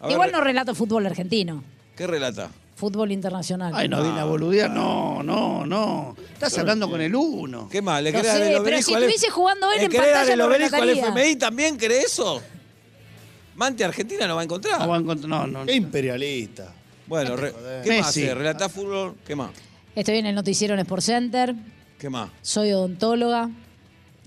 Speaker 3: A ver, eh,
Speaker 2: Igual
Speaker 3: re-
Speaker 2: no relato fútbol argentino,
Speaker 3: ¿Qué relatás?
Speaker 2: fútbol internacional.
Speaker 4: Ay, no viene a boludear. No, no, no. Estás hablando con el uno.
Speaker 3: ¿Qué más? ¿Le
Speaker 2: No
Speaker 3: querés dar
Speaker 2: sé,
Speaker 3: el
Speaker 2: pero
Speaker 3: obelisco
Speaker 2: si
Speaker 3: al-
Speaker 2: estuviese jugando él
Speaker 3: ¿Le
Speaker 2: en
Speaker 3: querés dar
Speaker 2: pantalla,
Speaker 3: el
Speaker 2: lo
Speaker 3: obelisco al
Speaker 2: relataría.
Speaker 3: FMI también? ¿Cree eso? Mante Argentina no va a encontrar. No va
Speaker 4: a encontrar. No, no.
Speaker 5: Qué imperialista.
Speaker 3: Bueno, re-
Speaker 5: Joder.
Speaker 3: ¿qué más
Speaker 5: Messi.
Speaker 3: hacés? ¿Relatás fútbol? ¿Qué más?
Speaker 2: Estoy en el noticiero en Sport Center,
Speaker 3: ¿Qué más?
Speaker 2: soy odontóloga,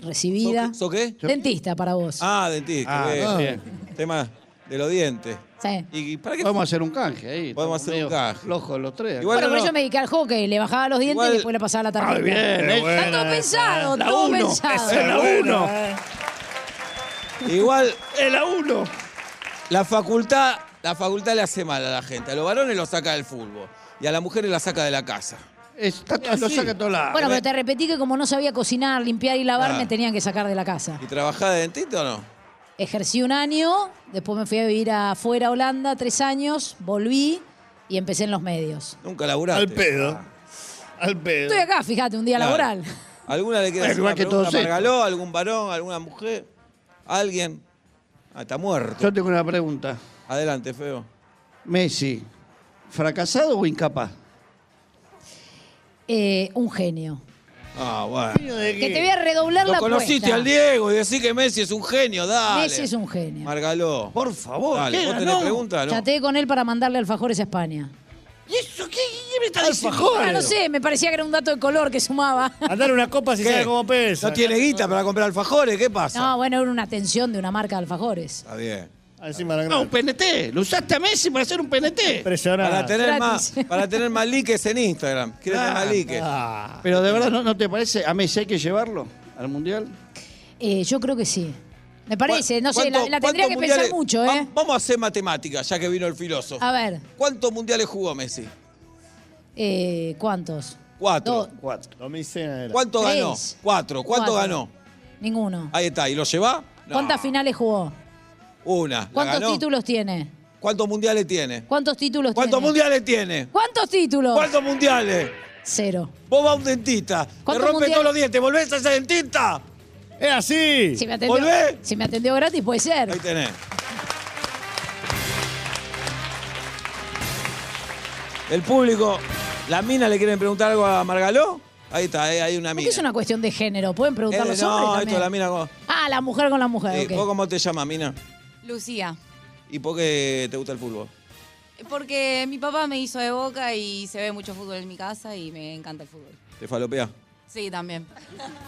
Speaker 2: recibida.
Speaker 3: ¿So qué?
Speaker 2: Dentista para vos.
Speaker 3: Ah, dentista.
Speaker 2: Ah,
Speaker 3: bien.
Speaker 2: ah.
Speaker 3: Tema de los dientes.
Speaker 2: Sí.
Speaker 3: ¿Y para qué?
Speaker 12: Podemos hacer un canje ahí.
Speaker 3: Podemos hacer un caje.
Speaker 12: Flojos los tres.
Speaker 3: Igual
Speaker 2: bueno,
Speaker 3: no,
Speaker 2: pero
Speaker 3: no.
Speaker 2: yo me dediqué al hockey, le bajaba los dientes
Speaker 3: Igual-
Speaker 2: y después le pasaba la tarjeta.
Speaker 12: Ay, bien, eh.
Speaker 2: Está todo
Speaker 12: Buena
Speaker 2: pensado,
Speaker 12: esa. La
Speaker 2: todo
Speaker 12: uno,
Speaker 2: pensado.
Speaker 12: esa es la uno.
Speaker 3: Igual.
Speaker 12: El a uno.
Speaker 3: La facultad, la facultad le hace mal a la gente. A los varones los saca del fútbol. Y a las mujeres la saca de la casa.
Speaker 4: Está todo- lo saca a todos lados.
Speaker 2: Bueno, pero te repetí que como no sabía cocinar, limpiar y lavar,
Speaker 3: Ah.
Speaker 2: me tenían que sacar de la casa.
Speaker 3: ¿Y trabajás de dentista o no?
Speaker 2: Ejercí un año, después me fui a vivir afuera a Holanda, tres años, volví y empecé en los medios.
Speaker 3: Nunca laburaste. Al pedo.
Speaker 14: Al pedo.
Speaker 2: Estoy acá, fíjate, un día
Speaker 3: Claro.
Speaker 2: laboral.
Speaker 3: ¿Alguna le quiere
Speaker 14: Bueno,
Speaker 3: hacer
Speaker 14: igual
Speaker 3: una
Speaker 14: que
Speaker 3: pregunta
Speaker 14: todos
Speaker 3: a Margaló? ¿Algún varón? ¿Alguna mujer? ¿Alguien? Ah, está muerto.
Speaker 4: Yo tengo una pregunta.
Speaker 3: Adelante, feo.
Speaker 4: Messi, ¿fracasado o incapaz?
Speaker 2: Eh, un genio.
Speaker 3: Ah, bueno.
Speaker 2: Que te voy a redoblar
Speaker 3: Lo
Speaker 2: la
Speaker 3: conociste
Speaker 2: apuesta.
Speaker 3: al Diego y decís que Messi es un genio, dale.
Speaker 2: Messi es un genio.
Speaker 3: Margaló. Por favor, dale,
Speaker 2: ¿qué?
Speaker 3: vos tenés
Speaker 2: No.
Speaker 3: preguntas, ¿no?
Speaker 2: Chateé con él para mandarle alfajores a España.
Speaker 14: ¿Y eso qué, qué me está
Speaker 2: Ah, no sé, me parecía que era un dato de color que sumaba.
Speaker 14: Andar una copa si
Speaker 3: ¿Qué?
Speaker 14: sabe cómo pesa.
Speaker 3: No tiene guita para comprar alfajores, ¿qué pasa?
Speaker 2: No, bueno, era una atención de una marca de alfajores.
Speaker 3: Está bien.
Speaker 4: No, un PNT. Lo usaste a Messi para hacer un PNT.
Speaker 14: Impresionante.
Speaker 3: Para tener, más,
Speaker 2: Gratis.
Speaker 3: para tener más likes en Instagram. Quiere tener más likes.
Speaker 2: Ah,
Speaker 14: Ah,
Speaker 4: Pero de verdad, ¿no, no te parece? ¿A Messi hay que llevarlo al Mundial?
Speaker 2: Eh, yo creo que sí. Me parece, no sé, la,
Speaker 3: ¿Cuánto-
Speaker 2: la tendría
Speaker 3: cuántos
Speaker 2: que pensar
Speaker 3: mundiales-
Speaker 2: mucho, ¿eh?
Speaker 3: Va- Vamos a hacer matemáticas, ya que vino el filósofo.
Speaker 2: A ver,
Speaker 3: ¿Cuántos mundiales jugó Messi?
Speaker 2: eh, ¿cuántos?
Speaker 3: Cuatro.
Speaker 5: Cuatro. Domicena era.
Speaker 3: ¿Cuánto
Speaker 2: Tres.
Speaker 3: ganó? Cuatro. ¿Cuánto
Speaker 2: Cuatro.
Speaker 3: ganó?
Speaker 2: Ninguno.
Speaker 3: Ahí está. ¿Y lo lleva? No.
Speaker 2: ¿Cuántas finales jugó?
Speaker 3: Una. ¿La
Speaker 2: ¿Cuántos
Speaker 3: ganó?
Speaker 2: títulos tiene?
Speaker 3: ¿Cuántos mundiales tiene?
Speaker 2: ¿Cuántos títulos
Speaker 3: ¿Cuántos
Speaker 2: tiene?
Speaker 3: mundiales tiene?
Speaker 2: ¿Cuántos títulos?
Speaker 3: ¿Cuántos mundiales?
Speaker 2: Cero.
Speaker 3: Vos vas a un dentista, te
Speaker 2: ¿Cuántos
Speaker 3: rompe
Speaker 2: mundiales?
Speaker 3: todos los dientes, volvés a ser dentista.
Speaker 14: Es así.
Speaker 2: Si me atendió,
Speaker 3: ¿Volvé?
Speaker 2: si me atendió gratis, puede
Speaker 3: Ahí
Speaker 2: ser.
Speaker 3: tenés. El público, las minas le quieren preguntar algo a Margaló. Ahí está, ahí hay una
Speaker 2: Porque
Speaker 3: mina.
Speaker 2: es una cuestión de género. Pueden preguntar
Speaker 3: Eh,
Speaker 2: los hombres
Speaker 3: no, esto
Speaker 2: también.
Speaker 3: la mina. como-
Speaker 2: Ah, la mujer con la mujer.
Speaker 3: Eh,
Speaker 2: ok.
Speaker 3: ¿Vos cómo te llamas, mina?
Speaker 15: Lucía,
Speaker 3: ¿Y por qué te gusta el fútbol?
Speaker 15: porque Eh, mi papá me hizo de boca y se ve mucho fútbol en mi casa y me encanta el fútbol.
Speaker 3: ¿Te falopea?
Speaker 15: Sí, también.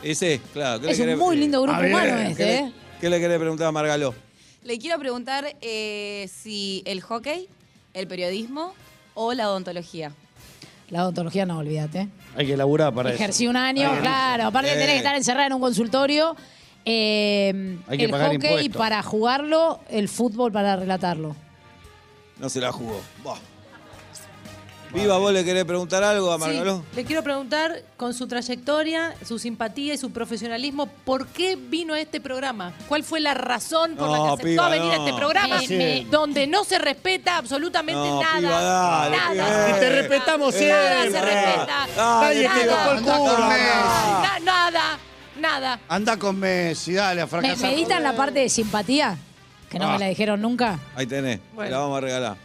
Speaker 3: Ese, claro. ¿qué le
Speaker 2: Es un
Speaker 3: querés-
Speaker 2: muy lindo grupo
Speaker 3: Ah, bien.
Speaker 2: humano
Speaker 3: ¿Qué
Speaker 2: este,
Speaker 3: le-
Speaker 2: ¿eh?
Speaker 3: ¿Qué le querés preguntar a Margaló?
Speaker 15: Le quiero preguntar eh, si el hockey, el periodismo o la odontología.
Speaker 2: La odontología no, olvídate.
Speaker 12: Hay que laburar para eso.
Speaker 2: Ejercí un año,
Speaker 12: Ay,
Speaker 2: claro. Aparte
Speaker 12: Eh.
Speaker 2: tenés que estar encerrada en un consultorio. Eh,
Speaker 3: Hay que
Speaker 2: el
Speaker 3: pagar
Speaker 2: hockey
Speaker 3: impuestos.
Speaker 2: para jugarlo, el fútbol para relatarlo.
Speaker 3: No se la jugó. Buah. Viva, ¿vos le querés preguntar algo a
Speaker 11: Sí,
Speaker 3: Margaló?
Speaker 11: le quiero preguntar, con su trayectoria, su simpatía y su profesionalismo, ¿por qué vino a este programa? ¿Cuál fue la razón por la
Speaker 3: No,
Speaker 11: que aceptó
Speaker 3: piba,
Speaker 11: venir a este
Speaker 3: no.
Speaker 11: programa?
Speaker 3: Me- me-
Speaker 11: donde no se respeta absolutamente
Speaker 3: No,
Speaker 11: nada.
Speaker 3: piba, dale,
Speaker 11: nada.
Speaker 3: pibe.
Speaker 14: Si te respetamos
Speaker 3: Eh,
Speaker 11: Nada se
Speaker 14: siempre.
Speaker 11: respeta.
Speaker 14: Nadie
Speaker 11: nada,
Speaker 14: te tocó el
Speaker 11: nada,
Speaker 14: culo.
Speaker 11: na- nada, nada.
Speaker 4: Anda con Messi, dale, a
Speaker 2: ¿Me
Speaker 4: fracasar.
Speaker 2: meditan la parte de simpatía? Que no
Speaker 3: Ah.
Speaker 2: me la dijeron nunca.
Speaker 3: Ahí tenés,
Speaker 2: Bueno.
Speaker 3: la vamos a regalar.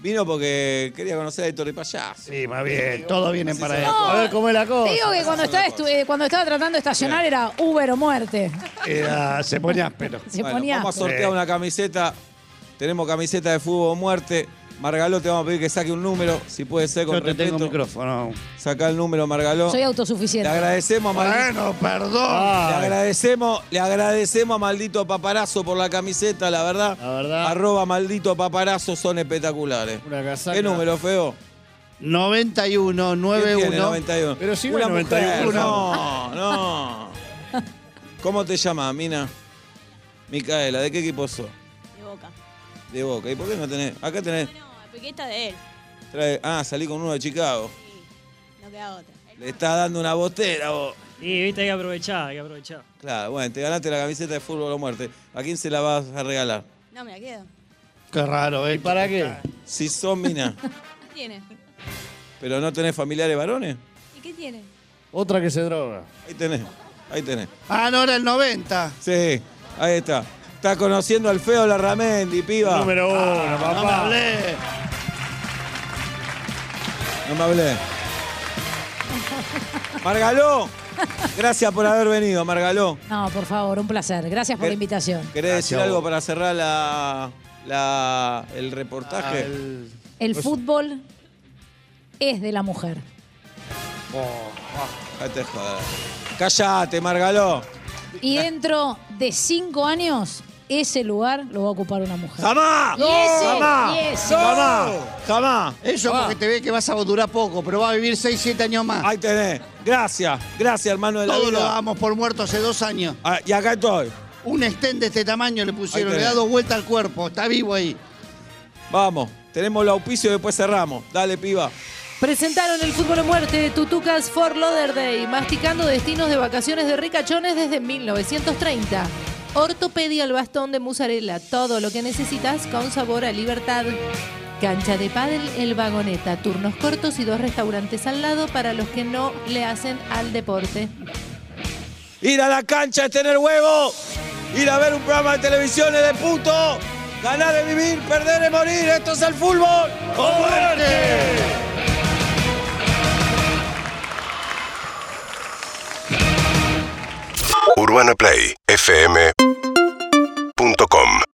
Speaker 3: Vino porque quería conocer a Héctor y Payaso.
Speaker 4: Sí, más bien, todo viene
Speaker 3: Así
Speaker 4: para
Speaker 3: se
Speaker 4: él.
Speaker 3: la
Speaker 2: No,
Speaker 3: cosa.
Speaker 2: A ver
Speaker 14: cómo es la
Speaker 2: Te digo que cuando estaba, estu- eh, cuando estaba tratando de estacionar era Uber o muerte.
Speaker 4: Era- Eh, se ponía áspero.
Speaker 2: Se
Speaker 3: Bueno,
Speaker 2: ponía.
Speaker 3: Vamos a sortear una camiseta. Tenemos camiseta de fútbol o muerte. Margaló, te vamos a pedir que saque un número, si puede ser, con
Speaker 4: Yo te tengo
Speaker 3: respeto.
Speaker 4: micrófono.
Speaker 3: Sacá el número, Margaló.
Speaker 2: Soy
Speaker 3: Le
Speaker 2: autosuficiente.
Speaker 3: agradecemos, Margaló.
Speaker 4: Bueno, perdón.
Speaker 3: Le agradecemos, le agradecemos a Maldito Paparazo por la camiseta, la verdad. La verdad. Arroba Maldito Paparazo son espectaculares. ¿Qué número, feo?
Speaker 4: 91,
Speaker 3: ¿Quién
Speaker 4: 91.
Speaker 3: tiene 91? Una mujer, No, no. ¿Cómo te llamas, Mina? Micaela, ¿de qué equipo sos?
Speaker 16: de boca.
Speaker 3: De Boca. ¿Y por qué no tenés? Acá tenés.
Speaker 16: La piqueta de él,
Speaker 3: trae- ah, salí con uno de Chicago.
Speaker 16: no queda otra.
Speaker 3: Le estás dando una botera vos.
Speaker 10: Sí, viste, hay que aprovechar, hay que aprovechar.
Speaker 3: Claro, bueno, te ganaste la camiseta de fútbol o muerte. ¿A quién se la vas a regalar?
Speaker 16: No, me la quedo.
Speaker 5: Qué raro, ¿eh? ¿Y para qué?
Speaker 3: Si sos mina,
Speaker 16: ¿Qué tiene?
Speaker 3: pero no tenés familiares varones,
Speaker 16: ¿Y qué tiene?
Speaker 5: Otra que se droga.
Speaker 3: ahí tenés, ahí tenés.
Speaker 4: Ah, no, era el 90.
Speaker 3: Sí, ahí está. Está conociendo al feo Larramendi, piba.
Speaker 14: Número uno,
Speaker 3: papá.
Speaker 14: No me hablé.
Speaker 3: No me hablé. Margaló, gracias por haber venido, Margaló.
Speaker 2: No, por favor, un placer. Gracias por
Speaker 3: Quer-
Speaker 2: la invitación.
Speaker 3: ¿Querés decir
Speaker 2: a
Speaker 3: algo para cerrar la, la- el reportaje?
Speaker 2: Ah, El fútbol es de la mujer.
Speaker 3: Oh, ah, dejate de joder. Cállate, Margaló.
Speaker 2: Y dentro de cinco años, ese lugar lo va a ocupar una mujer.
Speaker 3: ¡Jamás!
Speaker 2: Y ese- y ese.
Speaker 3: ¡Jamás!
Speaker 4: Eso porque te ve que vas a durar poco, pero va a vivir 6, 7 años más.
Speaker 3: Ahí tenés. Gracias, gracias, hermano de la
Speaker 4: Todos lo
Speaker 3: vida.
Speaker 4: dábamos por muerto hace dos años.
Speaker 3: Ah, y acá estoy.
Speaker 4: Un estén de este tamaño le pusieron,
Speaker 3: Ahí
Speaker 4: le
Speaker 3: tenés.
Speaker 4: da dos vueltas al cuerpo, está vivo ahí.
Speaker 3: Vamos, tenemos el auspicio y después cerramos. Dale, piba.
Speaker 11: Presentaron el fútbol a muerte, Tutucas for Lauderdale, masticando destinos de vacaciones de ricachones desde 1930. Ortopedia al bastón de mozzarella, todo lo que necesitas con sabor a libertad. Cancha de pádel, el vagoneta, turnos cortos y dos restaurantes al lado para los que no le hacen al deporte.
Speaker 3: Ir a la cancha es tener huevo. Ir a ver un programa de televisión es de puto. Ganar es vivir, perder es morir. Esto es el fútbol. ¡O muerte!
Speaker 17: UrbanaPlay fm.com